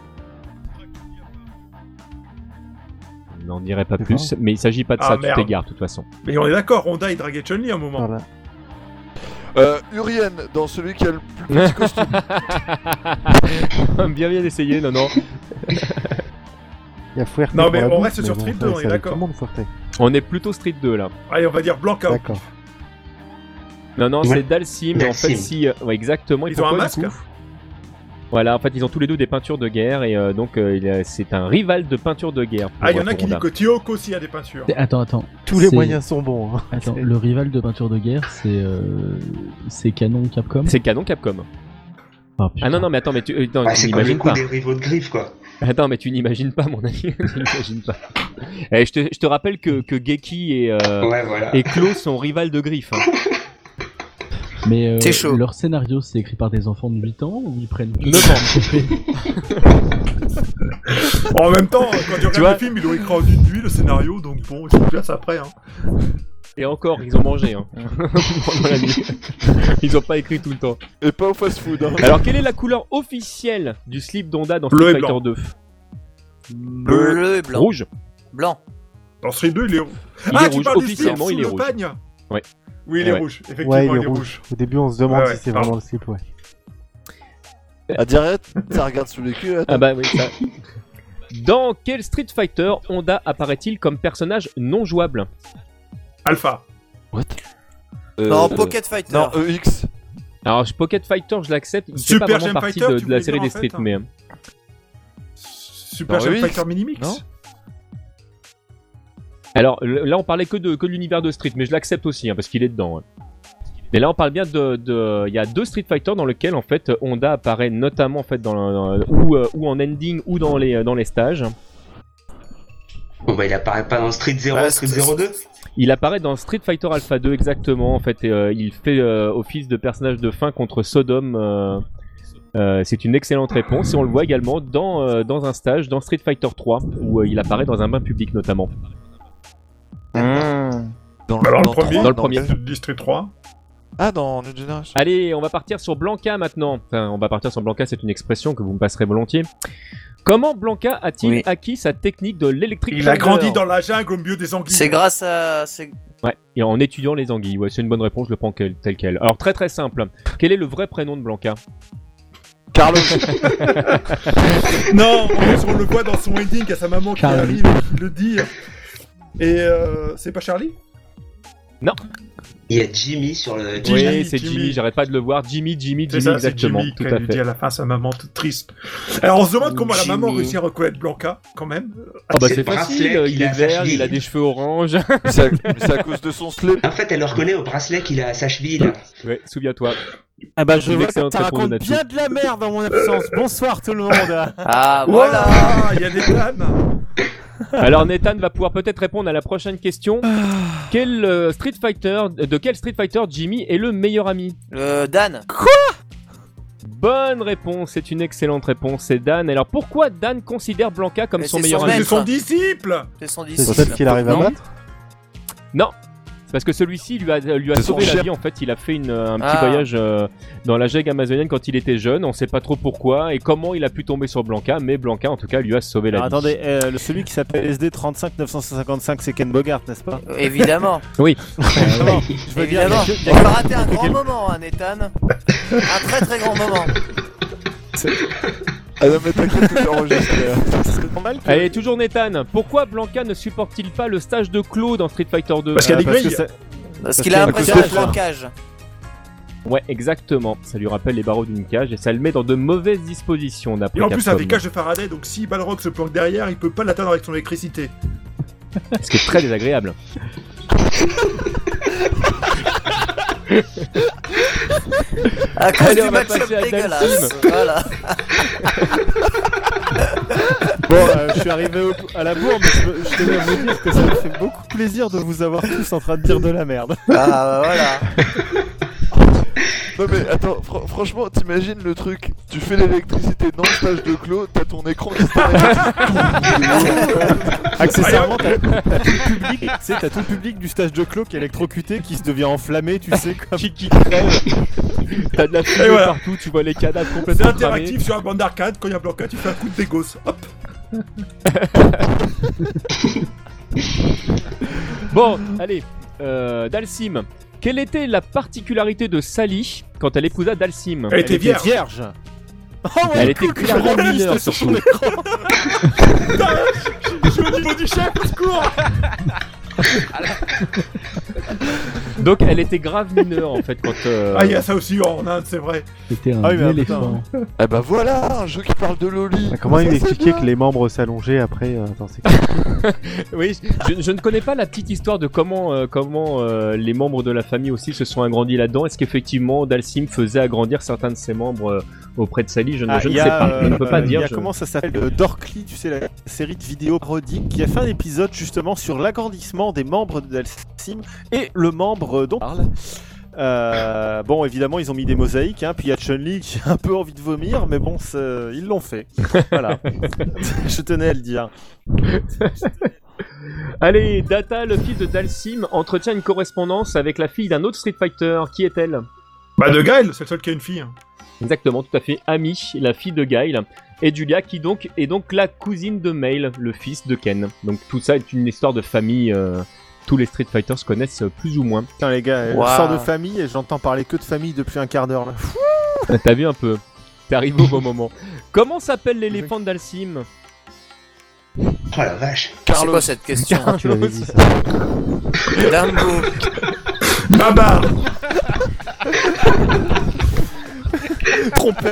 Speaker 1: Je N'en dirai pas
Speaker 7: C'est
Speaker 1: plus, mais il s'agit pas de
Speaker 5: Ah,
Speaker 1: ça, tu
Speaker 5: merde.
Speaker 1: t'égares de toute façon.
Speaker 5: Mais on est d'accord, Honda il draguait Chun-Li à un moment.
Speaker 7: Voilà.
Speaker 6: Euh, Urien, dans celui qui a le plus petit costume.
Speaker 1: bien bien essayé, non non.
Speaker 7: Il y a Fuerte.
Speaker 5: Non,
Speaker 7: pour
Speaker 5: mais
Speaker 7: la
Speaker 5: on
Speaker 7: bouffe,
Speaker 5: reste sur
Speaker 7: bon,
Speaker 5: Street
Speaker 7: ça,
Speaker 5: 2, on est
Speaker 7: ça va
Speaker 5: d'accord.
Speaker 7: Tout le monde Fuerte.
Speaker 1: On est plutôt Street 2 là.
Speaker 5: Allez, on va dire Blanca.
Speaker 7: D'accord.
Speaker 1: Non non,
Speaker 4: Ouais.
Speaker 1: c'est Dalsim. mais En
Speaker 4: Dalsim.
Speaker 1: fait, si, euh, ouais, exactement. et
Speaker 5: Ils ont un
Speaker 1: pourquoi,
Speaker 5: masque
Speaker 1: du coup Voilà, en fait, ils ont tous les deux des peintures de guerre et euh, donc euh, il y a- c'est un rival de peinture de guerre. pour,
Speaker 5: Ah, il y
Speaker 1: euh,
Speaker 5: en a
Speaker 1: pour
Speaker 5: qui
Speaker 1: Honda.
Speaker 5: disent que Tioc aussi a des peintures.
Speaker 8: C'est- Attends, attends.
Speaker 7: Tous les
Speaker 8: C'est-
Speaker 7: moyens sont bons.
Speaker 1: Ah,
Speaker 7: hein.
Speaker 8: Attends, le rival de peinture de guerre, c'est euh, c'est Canon Capcom.
Speaker 1: C'est canon Capcom.
Speaker 8: Ah, putain.
Speaker 1: Ah non non, mais attends, mais tu, euh, non,
Speaker 4: Ouais,
Speaker 1: tu
Speaker 4: Ah, c'est comme le
Speaker 1: n'imagines
Speaker 4: coup
Speaker 1: pas.
Speaker 4: des rivaux de griffes, quoi.
Speaker 1: Attends, mais tu n'imagines pas, mon ami. tu n'imagines pas. Eh, je, te, je te rappelle que, que Geki et, euh,
Speaker 4: Ouais, voilà.
Speaker 1: et Klaus sont rivales de griffes. hein.
Speaker 8: Mais euh,
Speaker 3: C'est chaud.
Speaker 8: leur scénario, c'est écrit par des enfants de 8 ans ou ils prennent.
Speaker 1: Neuf
Speaker 5: En même temps, euh, quand tu regardes
Speaker 1: vois
Speaker 5: le film, ils l'ont écrit en une nuit le scénario, donc bon, ils se placent après. Hein.
Speaker 1: Et encore, ils ont mangé. Hein. Pendant la nuit. ils ont pas écrit tout le temps.
Speaker 6: Et pas au fast-food. Hein.
Speaker 1: Alors, quelle est la couleur officielle du slip d'Onda dans Street
Speaker 5: Bleu et
Speaker 1: Fighter
Speaker 5: blanc.
Speaker 1: 2
Speaker 3: bleu et blanc.
Speaker 1: Rouge.
Speaker 3: Blanc.
Speaker 5: Dans Street 2, il est,
Speaker 1: Il
Speaker 5: ah,
Speaker 1: est
Speaker 5: tu
Speaker 1: rouge.
Speaker 5: parles du slip
Speaker 1: Officiellement,
Speaker 5: sous
Speaker 1: il est
Speaker 5: le
Speaker 1: rouge.
Speaker 5: pagne
Speaker 1: Ouais.
Speaker 5: Oui, il
Speaker 1: Ouais.
Speaker 5: est rouge. Effectivement,
Speaker 7: Ouais, il est rouge. Au début, on se demande
Speaker 5: Ouais, ouais,
Speaker 7: si c'est
Speaker 5: pardon.
Speaker 7: vraiment le slip, ouais.
Speaker 6: À direct, ça regarde sous les culs. là.
Speaker 1: Ah bah oui, ça. Dans quel Street Fighter Honda apparaît-il comme personnage non jouable
Speaker 5: Alpha.
Speaker 3: Non,
Speaker 6: Euh,
Speaker 3: Pocket Fighter.
Speaker 6: Non, EX.
Speaker 1: Euh, Alors, je- Pocket Fighter, je l'accepte. Il fait pas
Speaker 5: Super
Speaker 1: vraiment
Speaker 5: Gem
Speaker 1: partie
Speaker 5: Fighter,
Speaker 1: de,
Speaker 5: tu
Speaker 1: de la
Speaker 5: voulais
Speaker 1: série
Speaker 5: dire,
Speaker 1: des
Speaker 5: en
Speaker 1: Street,
Speaker 5: fait, hein.
Speaker 1: mais. euh, Bah
Speaker 5: Super
Speaker 6: Dans
Speaker 5: Jam
Speaker 6: EX,
Speaker 5: Fighter Minimix
Speaker 6: non
Speaker 1: Alors le- là, on parlait que de, que de l'univers de Street, mais je l'accepte aussi hein, parce qu'il est dedans. ouais. Mais là, on parle bien de, de- il y a deux Street Fighter dans lequel en fait Honda apparaît notamment en fait dans, le- dans- ou, euh, ou en ending ou dans les dans les stages.
Speaker 4: Bon bah il apparaît pas dans Street 0,
Speaker 3: Ouais,
Speaker 4: Street
Speaker 3: c'est-
Speaker 4: 02
Speaker 1: Il apparaît dans Street Fighter Alpha 2 exactement en fait. et, euh, il fait euh, office de personnage de fin contre Sodom. euh, euh, c'est une excellente réponse et on le voit également dans, euh, dans un stage dans Street Fighter 3 où euh, il apparaît dans un bain public notamment.
Speaker 6: Dans,
Speaker 5: Bah alors, le
Speaker 6: dans
Speaker 5: premier.
Speaker 6: trois,
Speaker 1: Dans le premier.
Speaker 6: quel-
Speaker 5: De District 3.
Speaker 6: Ah, dans New Generation.
Speaker 1: Allez, on va partir sur Blanca maintenant. Enfin, on va partir sur Blanca, c'est une expression que vous me passerez volontiers. Comment Blanca a-t-il
Speaker 3: Oui.
Speaker 1: acquis sa technique de l'électrique
Speaker 5: Il a grandi dans la jungle au milieu des anguilles.
Speaker 3: C'est grâce à. c'est-
Speaker 1: Ouais, et en étudiant les anguilles. Ouais, c'est une bonne réponse, je le prends quel- tel quel. Alors, très très simple. Quel est le vrai prénom de Blanca
Speaker 6: Carlos.
Speaker 5: Non, en plus, on le voit dans son ending, il y a sa maman qui
Speaker 8: Charlie.
Speaker 5: arrive et qui le dit. Et euh, c'est pas Charlie
Speaker 4: Il y a Jimmy sur le...
Speaker 5: Jimmy,
Speaker 1: oui, c'est
Speaker 5: Jimmy.
Speaker 1: Jimmy, j'arrête pas de le voir. Jimmy, Jimmy,
Speaker 5: C'est
Speaker 1: Jimmy,
Speaker 5: ça, c'est
Speaker 1: exactement.
Speaker 5: Jimmy
Speaker 1: tout
Speaker 5: qui
Speaker 1: à
Speaker 5: lui dit
Speaker 1: fait.
Speaker 5: à la fin sa maman toute triste. Alors on se demande comment la maman
Speaker 3: Jimmy.
Speaker 5: réussit à reconnaître Blanca, quand même.
Speaker 1: Ah bah
Speaker 4: C'est
Speaker 1: c'est
Speaker 4: le bracelet
Speaker 1: facile, il
Speaker 4: qu'il a
Speaker 1: est
Speaker 4: à sa
Speaker 1: vert,
Speaker 4: cheville.
Speaker 1: il a des cheveux oranges.
Speaker 6: Mais c'est à- mais c'est à cause de son slip.
Speaker 4: En fait elle le reconnaît au bracelet qu'il a à sa cheville.
Speaker 1: ouais, souviens-toi.
Speaker 9: Ah bah je
Speaker 1: Une
Speaker 9: vois que
Speaker 1: excellente
Speaker 9: ça
Speaker 1: réponse,
Speaker 9: raconte
Speaker 1: Natsu.
Speaker 9: bien de la merde dans mon absence. Bonsoir tout le monde.
Speaker 3: Ah, voilà
Speaker 5: Il y a des dames
Speaker 1: Alors Nathan va pouvoir peut-être répondre à la prochaine question. Quel euh, Street Fighter, de quel Street Fighter Jimmy est le meilleur ami
Speaker 3: Euh, Dan
Speaker 1: Bonne réponse, c'est une excellente réponse, c'est Dan. Alors pourquoi Dan considère Blanca comme
Speaker 3: Mais
Speaker 1: son
Speaker 3: c'est
Speaker 1: meilleur
Speaker 3: son
Speaker 1: ami
Speaker 5: C'est
Speaker 3: maître.
Speaker 5: son disciple
Speaker 3: C'est son
Speaker 7: C'est
Speaker 3: disciple.
Speaker 7: celle qu'il arrive à
Speaker 3: Non
Speaker 7: battre
Speaker 1: C'est Parce que celui-ci lui a, euh, lui a
Speaker 6: C'est
Speaker 1: sauvé
Speaker 6: son
Speaker 1: la
Speaker 6: chien.
Speaker 1: vie en fait, il a fait une, euh, un petit
Speaker 3: Ah.
Speaker 1: voyage euh, dans la jungle amazonienne quand il était jeune, on sait pas trop pourquoi et comment il a pu tomber sur Blanca, mais Blanca en tout cas lui a sauvé la
Speaker 9: Alors,
Speaker 1: vie.
Speaker 9: attendez, euh, le- celui qui s'appelle SD 35 955 c'est Ken Bogart, n'est-ce pas
Speaker 3: Euh, Évidemment.
Speaker 1: Ah
Speaker 9: Non, Je veux dire, il y a
Speaker 3: Évidemment.
Speaker 9: que- il y
Speaker 3: On
Speaker 9: a
Speaker 3: va rater un grand moment, hein, Nathan. Un très très grand moment.
Speaker 6: Ah non, mais t'inquiète, tout est enregistré. hein.
Speaker 9: que- c'est normal que-
Speaker 1: Allez, toujours Nathan, pourquoi Blanca ne supporte-t-il pas le stage de Claude dans Street Fighter Euh, 2
Speaker 5: Parce qu'elle est
Speaker 9: Ah, parce que
Speaker 5: grille.
Speaker 9: ça-
Speaker 3: Parce qu'il a
Speaker 6: Parce que-
Speaker 3: l'impression d'un
Speaker 6: parce que-
Speaker 3: blocage.
Speaker 1: Ouais, exactement, ça lui rappelle les barreaux d'une cage et ça le met dans de mauvaises dispositions d'après
Speaker 5: Et en plus
Speaker 1: Capcom.
Speaker 5: avec cage de Faraday, donc si Balrog se planque derrière, il peut pas l'atteindre avec son électricité.
Speaker 1: ce qui est très désagréable.
Speaker 3: À cause
Speaker 1: Allez, on va
Speaker 3: du match-up
Speaker 1: passer à Dan
Speaker 3: dégueulasse.
Speaker 1: Sim.
Speaker 3: Voilà.
Speaker 9: Bon, euh, je suis arrivé au- à la bourre, mais je, je tenais à vous dire que ça me fait beaucoup plaisir de vous avoir tous en train de dire de la merde.
Speaker 3: Ah, voilà.
Speaker 6: Non, mais attends, fr- franchement, t'imagines le truc. Tu fais l'électricité dans le stage de clos, t'as ton écran qui se t'arrête.
Speaker 9: Accessoirement, t'as t'as tout le public, tu sais, t'as tout le public du stage de Clo qui est électrocuté, qui se devient enflammé, tu sais, comme...
Speaker 1: qui, qui crève. T'as de la fumée
Speaker 5: Et voilà.
Speaker 1: partout, tu vois les cadavres
Speaker 5: C'est
Speaker 1: complètement cramés.
Speaker 5: interactif sur la bande d'arcade, quand il y a Blanca, tu fais un coup de dégos. Hop
Speaker 1: Bon, allez, euh, Dalsim. Quelle était la particularité de Sally quand elle épousa Dalsim
Speaker 5: Elle était vierge
Speaker 9: vierge Oh,
Speaker 1: Elle
Speaker 9: mon
Speaker 1: était
Speaker 9: cul, que je
Speaker 1: clairement
Speaker 9: relève,
Speaker 1: mineure,
Speaker 9: c'était sur
Speaker 1: surtout.
Speaker 9: son écran.
Speaker 5: Je suis au niveau du chef, au secours
Speaker 1: Donc elle était grave mineure en fait quand. euh,
Speaker 5: Ah il y a ça aussi en Inde, c'est vrai.
Speaker 8: C'était un
Speaker 9: Ah oui, mais
Speaker 8: bel
Speaker 9: attends.
Speaker 8: effort.
Speaker 6: Eh bah voilà, un jeu qui parle de Loli.
Speaker 7: Ah, Comment
Speaker 6: Ça,
Speaker 7: il
Speaker 6: c'est
Speaker 7: expliquait
Speaker 6: bien.
Speaker 7: que les membres s'allongeaient après euh, Attends, c'est
Speaker 1: Ah, Oui, je, je ne connais pas la petite histoire de comment euh, comment euh, les membres de la famille aussi se sont agrandis là-dedans. Est-ce qu'effectivement Dalsim faisait agrandir certains de ses membres euh, auprès de Sally Je ne,
Speaker 9: Ah,
Speaker 1: je ne
Speaker 9: il y a,
Speaker 1: sais pas, je ne peux
Speaker 9: euh,
Speaker 1: pas
Speaker 9: Il
Speaker 1: dire.
Speaker 9: y a
Speaker 1: je-
Speaker 9: comment ça s'appelle euh, Dorkly, tu sais, la série de vidéos parodiques qui a fait un épisode justement sur l'agrandissement des membres de Dalsim et le membre dont on parle. Euh, bon, évidemment, ils ont mis des mosaïques, hein, puis il y a Chun-Li qui a un peu envie de vomir, mais bon, c'est- ils l'ont fait. Voilà. Je tenais à le dire.
Speaker 1: Allez, Data, le fils de Dalsim, entretient une correspondance avec la fille d'un autre Street Fighter. Qui est-elle
Speaker 5: Bah de Gaël, c'est le seul qui a une fille. hein.
Speaker 1: Exactement, tout à fait. Ami, la fille de Guile, et Julia, qui donc est donc la cousine de Mail, le fils de Ken. Donc tout ça est une histoire de famille. euh, tous les Street Fighters se connaissent euh, plus ou moins.
Speaker 9: Putain, les gars,
Speaker 3: Wow.
Speaker 9: je sors de famille et j'entends parler que de famille depuis un quart d'heure là.
Speaker 1: T'as vu un peu T'arrives au bon moment. Comment s'appelle l'éléphant d'Alcim
Speaker 4: Oh la vache.
Speaker 3: C'est quoi cette question hein,
Speaker 7: Ah, tu l'avais dit ça.
Speaker 3: Dumbo.
Speaker 5: Baba
Speaker 9: Trompé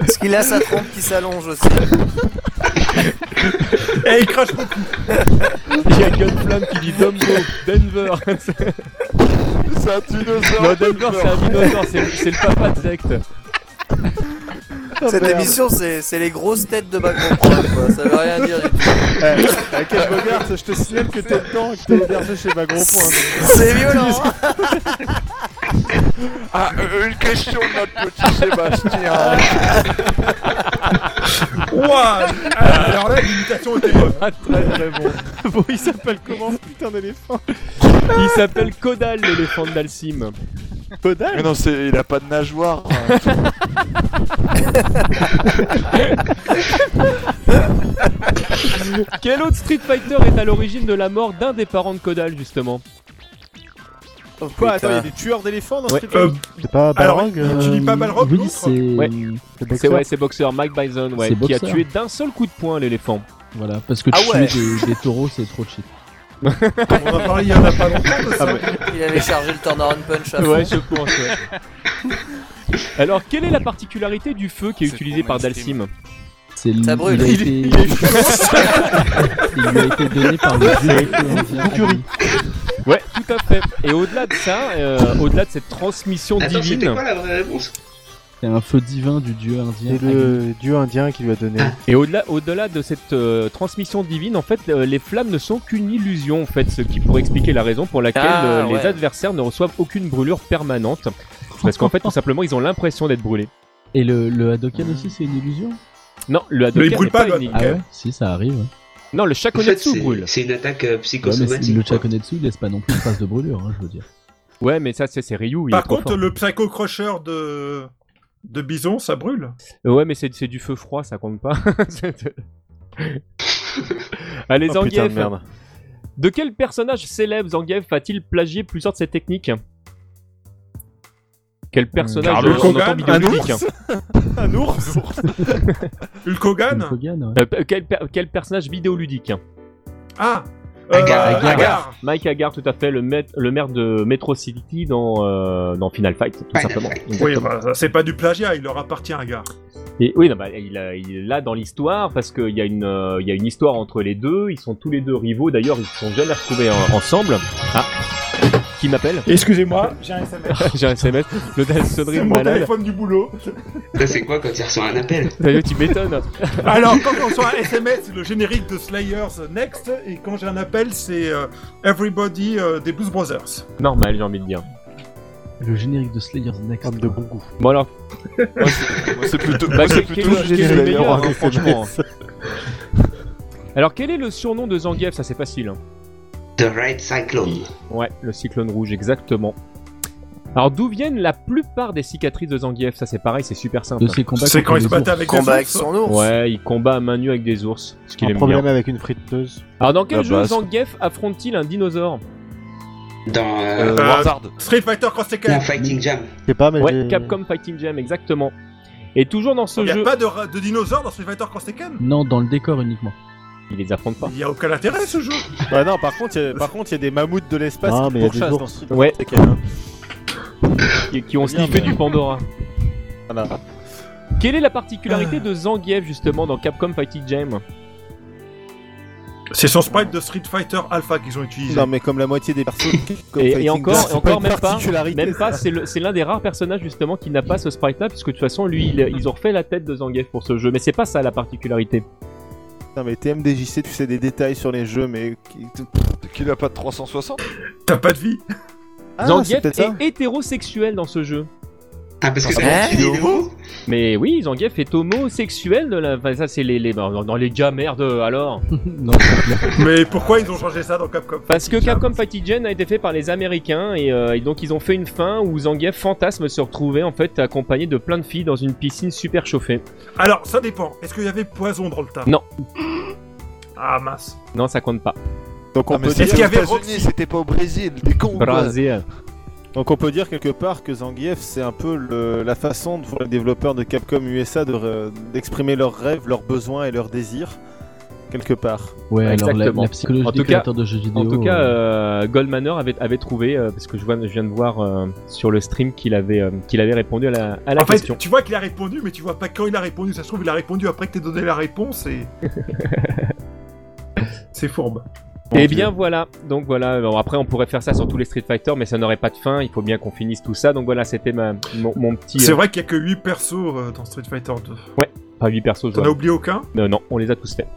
Speaker 3: Parce qu'il a sa trompe qui s'allonge aussi.
Speaker 5: Et il crache beaucoup
Speaker 1: Il y a Gunflam qui dit Dumbo, Denver.
Speaker 6: C'est un dinosaure.
Speaker 1: Non, Dengar, c'est un dinosaure, c'est c'est le papa de secte.
Speaker 8: Ah,
Speaker 3: Cette émission, c'est c'est les grosses têtes de Macron, quoi. Ça veut rien dire. du tout.
Speaker 9: Eh, Quel Bogart, je te signale que t'es dedans et que t'es hébergé chez Magron Point.
Speaker 3: C'est violent. hein.
Speaker 6: Ah, euh, une question de notre petit Sébastien.
Speaker 5: Ouah Alors là, l'imitation était bonne.
Speaker 1: Ah, très très bon.
Speaker 9: Bon, il s'appelle comment ce putain d'éléphant
Speaker 1: Il s'appelle Kodal, l'éléphant de Dalsim.
Speaker 6: Mais non, c'est, il a pas de nageoire.
Speaker 1: Quel autre Street Fighter est à l'origine de la mort d'un des parents de Kodal, justement
Speaker 9: Quoi Attends, il y a des tueurs d'éléphants dans
Speaker 1: Ouais.
Speaker 9: ce
Speaker 5: Euh,
Speaker 9: truc
Speaker 7: C'est pas
Speaker 5: Alors,
Speaker 7: Balrog
Speaker 5: tu dis pas Balrog,
Speaker 8: Euh, Oui,
Speaker 5: l'autre
Speaker 8: c'est.
Speaker 1: Ouais.
Speaker 8: le
Speaker 1: C'est
Speaker 8: boxeur.
Speaker 1: ouais, c'est boxeur Mike Bison, ouais,
Speaker 8: C'est
Speaker 1: qui a
Speaker 8: boxeur.
Speaker 1: tué d'un seul coup de poing l'éléphant.
Speaker 8: Voilà, parce que
Speaker 3: Ah
Speaker 8: tuer
Speaker 3: ouais.
Speaker 8: des, des taureaux, c'est trop cheat.
Speaker 5: On en a parlé il y en a pas longtemps de ça.
Speaker 3: Il allait charger le turnaround punch
Speaker 8: Ah,
Speaker 3: à fond.
Speaker 1: Ouais, je pense. ouais. Alors, quelle est la particularité du feu qui est,
Speaker 10: C'est
Speaker 1: utilisé
Speaker 10: trop
Speaker 1: par
Speaker 10: mainstream.
Speaker 1: Dalsim
Speaker 8: C'est le-
Speaker 3: Ça brûle.
Speaker 8: Il, a été...
Speaker 9: Il est fou.
Speaker 8: il lui a été donné par le dieu.
Speaker 1: Ouais, tout à fait. Et au-delà de ça, euh, au-delà de cette transmission
Speaker 4: Attends, c'était
Speaker 1: divine,
Speaker 4: quoi la vraie réponse
Speaker 8: C'est un feu divin du dieu indien.
Speaker 7: C'est le dieu indien qui lui a donné.
Speaker 1: et au-delà, au-delà de cette euh, transmission divine, en fait, euh, les flammes ne sont qu'une illusion, en fait, ce qui pourrait expliquer la raison pour laquelle
Speaker 3: Ah,
Speaker 1: euh,
Speaker 3: ouais.
Speaker 1: les adversaires ne reçoivent aucune brûlure permanente, parce qu'en fait, tout simplement, ils ont l'impression d'être brûlés.
Speaker 8: Et le, le Hadoken aussi, c'est une illusion
Speaker 1: Non, le
Speaker 5: Mais ils
Speaker 1: Hadoken
Speaker 5: brûlent
Speaker 1: n'est
Speaker 5: pas,
Speaker 1: pas,
Speaker 5: le
Speaker 1: unique.
Speaker 8: Ah ouais Si, ça arrive. Ouais,
Speaker 1: Non, le
Speaker 4: En fait,
Speaker 1: Shakonetsu
Speaker 4: c'est-
Speaker 1: brûle.
Speaker 4: C'est une attaque euh,
Speaker 8: mais c'est-
Speaker 4: psychosomatique.
Speaker 8: le
Speaker 4: quoi.
Speaker 8: Chakonetsu, il laisse pas non plus de trace de brûlure, hein, je veux dire.
Speaker 1: Ouais, mais ça, c'est c'est Ryu. il est
Speaker 5: Par
Speaker 1: trop
Speaker 5: contre,
Speaker 1: fort.
Speaker 5: le Psycho Crusher de... de Bison, ça brûle.
Speaker 1: Euh, Ouais, mais c'est c'est du feu froid, ça compte pas. C'est de- Allez,
Speaker 9: Oh, putain
Speaker 1: Zangief.
Speaker 9: de merde.
Speaker 1: de quel personnage célèbre Zangief a-t-il plagié plusieurs de ses techniques Quel personnage
Speaker 5: Carlos
Speaker 1: euh, on entend
Speaker 5: Hogan,
Speaker 1: Bidon
Speaker 5: un
Speaker 1: Public, hein.
Speaker 9: Un ours
Speaker 5: Hulk
Speaker 8: Comme
Speaker 5: Hogan
Speaker 8: Kogan, ouais.
Speaker 1: Euh, pe- quel, per- quel personnage vidéoludique hein.
Speaker 5: Ah
Speaker 4: Agar,
Speaker 5: euh,
Speaker 4: Agar.
Speaker 5: Agar.
Speaker 1: Mike Hagar, tout à fait, le, maître- le maire de Metro City dans, euh, dans Final Fight, tout
Speaker 4: Final
Speaker 1: simplement.
Speaker 4: Fight.
Speaker 1: Exactement.
Speaker 5: Oui, bah, ça, c'est pas du plagiat, il leur appartient à Agar.
Speaker 1: Et oui, non, bah, il, a- il est là dans l'histoire parce qu'il y, a une, euh, il y a une histoire entre les deux. Ils sont tous les deux rivaux. D'ailleurs, ils se sont jamais retrouvés en- ensemble. Ah, qui m'appelle
Speaker 5: Excusez-moi, j'ai un SMS.
Speaker 1: J'ai un SMS. Le la sonnerie
Speaker 5: C'est
Speaker 1: de
Speaker 5: mon
Speaker 1: malade.
Speaker 5: téléphone du boulot.
Speaker 4: Ça, c'est quoi quand il reçoit un appel
Speaker 1: T'as vu, tu m'étonnes.
Speaker 5: Alors, quand on reçoit un SMS, le générique de Slayers euh, Next, et quand j'ai un appel, c'est euh, Everybody euh, des Blues Brothers.
Speaker 1: Normal, j'ai envie de dire.
Speaker 8: Le générique de Slayer's Next.
Speaker 7: Homme de bon goût.
Speaker 1: Bon alors,
Speaker 6: Moi, c'est plutôt,
Speaker 1: bah,
Speaker 6: moi,
Speaker 1: quel,
Speaker 6: c'est
Speaker 1: quel-
Speaker 6: plutôt
Speaker 1: quel est le
Speaker 6: Slayer,
Speaker 1: meilleur,
Speaker 6: hein,
Speaker 1: hein,
Speaker 6: franchement.
Speaker 1: franchement Alors, quel est le surnom de Zangief Ça, c'est facile. hein.
Speaker 4: The Red Cyclone.
Speaker 1: Ouais, le cyclone rouge, exactement. Alors, d'où viennent la plupart des cicatrices de Zangief Ça, c'est pareil, c'est super simple.
Speaker 8: De ses combats
Speaker 5: C'est
Speaker 8: contre
Speaker 5: quand il se
Speaker 8: les
Speaker 5: battait
Speaker 8: ours.
Speaker 5: avec
Speaker 3: Combat
Speaker 5: des
Speaker 3: avec
Speaker 5: ours.
Speaker 3: son ours.
Speaker 1: Ouais, il combat à main nue avec des ours. Ce qu'il
Speaker 7: Un
Speaker 1: aime
Speaker 7: problème
Speaker 1: bien.
Speaker 7: avec une friteuse.
Speaker 1: Alors, dans quel
Speaker 6: La
Speaker 1: jeu
Speaker 6: base.
Speaker 1: Zangief affronte-t-il un dinosaure
Speaker 4: Dans, euh,
Speaker 6: Euh,
Speaker 5: Euh,
Speaker 6: Warzard.
Speaker 5: Street Fighter Cross
Speaker 4: dans
Speaker 5: Tekken.
Speaker 4: Fighting Jam.
Speaker 7: Je sais pas, mais.
Speaker 1: Ouais,
Speaker 7: j'ai-
Speaker 1: Capcom Fighting Jam, exactement. Et toujours dans ce
Speaker 5: Il n'y
Speaker 1: jeu,
Speaker 5: a pas de, ra- de dinosaures dans Street Fighter Cross Tekken
Speaker 8: Non, dans le décor uniquement.
Speaker 1: il les affronte pas.
Speaker 5: Il n'y a aucun intérêt ce jeu.
Speaker 9: Bah non, par contre, il y a- par contre, il y a des mammouths de l'espace
Speaker 7: Ah, mais
Speaker 9: qui
Speaker 7: il y a des
Speaker 9: pourchassent
Speaker 7: ours.
Speaker 9: dans Street
Speaker 1: Ouais.
Speaker 9: Fighter. Tekken, hein.
Speaker 1: Qui, qui ont
Speaker 9: Bien,
Speaker 1: sniffé
Speaker 9: mais-
Speaker 1: du Pandora.
Speaker 9: Voilà.
Speaker 1: Quelle est la particularité de Zangief justement dans Capcom Fighting Jam
Speaker 5: C'est son sprite de Street Fighter Alpha qu'ils ont utilisé.
Speaker 9: Non, mais comme la moitié des personnes.
Speaker 1: et encore- et encore, même pas- Même pas,
Speaker 9: ça.
Speaker 1: c'est le- c'est l'un des rares personnages justement qui n'a pas ce sprite là, puisque de toute façon, lui, il- ils ont refait la tête de Zangief pour ce jeu. Mais c'est pas ça la particularité.
Speaker 9: Non, mais TMDJC, tu sais des détails sur les jeux, mais.
Speaker 6: Qu'il a pas de 360
Speaker 5: T'as pas de vie.
Speaker 9: Ah, c'est
Speaker 1: Zangief
Speaker 9: peut-être ça.
Speaker 1: est hétérosexuel dans ce jeu.
Speaker 4: Ah,
Speaker 8: Euh,
Speaker 4: parce que c'est
Speaker 3: Hein
Speaker 4: un petit vidéo
Speaker 1: Mais oui, Zangief est homosexuel. De la... enfin, ça, c'est les, les... Dans, dans les gars, merde, alors
Speaker 8: non, c'est clair.
Speaker 5: Mais pourquoi ils ont changé ça dans Capcom
Speaker 1: Parce que
Speaker 5: Jam
Speaker 1: Capcom Fighting Gen a été fait par les Américains et, euh, et donc ils ont fait une fin où Zangief fantasme se retrouvait en fait accompagné de plein de filles dans une piscine super chauffée.
Speaker 5: Alors, ça dépend. Est-ce qu'il y avait poison dans le tas
Speaker 1: Non.
Speaker 5: Ah mince.
Speaker 1: Non, ça compte pas.
Speaker 9: Donc on,
Speaker 6: Ah, mais
Speaker 9: peut
Speaker 6: c'était
Speaker 5: Est-ce qu'il
Speaker 9: dire...
Speaker 5: y
Speaker 6: aux
Speaker 5: avait
Speaker 6: États-Unis,
Speaker 5: Roxy
Speaker 6: c'était pas au Brésil. Des cons. quoi.
Speaker 1: Brésil.
Speaker 9: Donc on peut dire quelque part que Zangief, c'est un peu le- la façon pour les développeurs de Capcom USA de re- d'exprimer leurs rêves, leurs besoins et leurs désirs. Quelque part.
Speaker 8: Ouais, alors la,
Speaker 1: Exactement.
Speaker 8: la psychologie
Speaker 1: En
Speaker 8: des
Speaker 1: tout cas-
Speaker 8: créateurs de jeux vidéo.
Speaker 1: En tout cas,
Speaker 8: euh,
Speaker 1: euh, Goldmaner avait, avait trouvé, euh, parce que je, vois, je viens de voir euh, sur le stream qu'il avait, euh, qu'il avait répondu à la, à la
Speaker 5: en fait,
Speaker 1: question.
Speaker 5: tu vois qu'il a répondu, mais tu vois pas quand il a répondu. Ça se trouve, il a répondu après que t'aies donné la réponse et. C'est fourbe.
Speaker 1: Eh bien voilà, donc voilà, Alors, après on pourrait faire ça sur tous les Street Fighter, mais ça n'aurait pas de fin, il faut bien qu'on finisse tout ça, donc voilà, c'était ma, mon, mon petit...
Speaker 5: C'est
Speaker 1: euh,
Speaker 5: vrai qu'il n'y a que 8 persos euh, dans Street Fighter 2.
Speaker 1: pas 8 persos,
Speaker 5: T'en
Speaker 1: ouais.
Speaker 5: as oublié aucun
Speaker 1: Euh, non, on les a tous faits.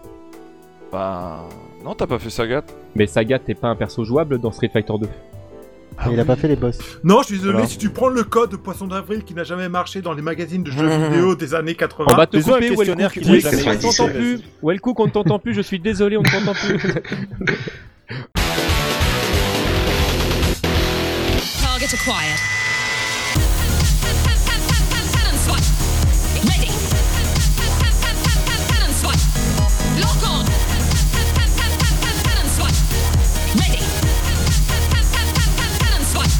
Speaker 6: Bah. Non, t'as pas fait Sagat.
Speaker 1: Mais Sagat t'es pas un perso jouable dans Street Fighter 2.
Speaker 8: ah
Speaker 11: Et il a pas fait les boss.
Speaker 5: Non, je suis désolé,
Speaker 6: Alors.
Speaker 5: si tu prends le code Poisson d'avril qui n'a jamais marché dans les magazines de jeux vidéo des années 80,
Speaker 1: On va te
Speaker 4: Fais-en un
Speaker 1: couper,
Speaker 4: questionnaire
Speaker 1: Wellcook,
Speaker 4: qui
Speaker 1: oui,
Speaker 4: t'a
Speaker 1: on
Speaker 12: jamais
Speaker 1: ne t'entend
Speaker 12: satisfait.
Speaker 1: plus. Wellcook, on ne t'entend plus, je suis désolé, on ne t'entend plus.
Speaker 8: Target acquired. Cannon spike. Ready. Cannon spike. Lock on. Cannon spike. Ready. Cannon spike.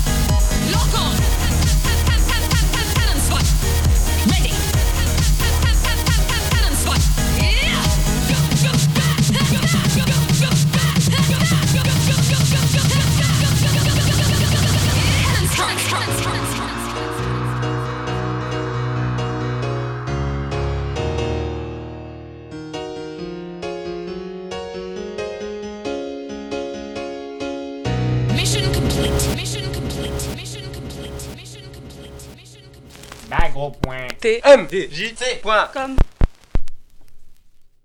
Speaker 8: Lock on. Cannon spike. Ready. Cannon spike. Yeah. Go, go, back, back, go, go, go, back, back, go, go, go, go, go, go, go, go, go, go, go, go, go, go. Cannon strike, strike, strike, strike, strike. Mission complete. Mission complete. Mission complete. Mission complete. Mission complete.
Speaker 3: Bague au point.
Speaker 8: Comme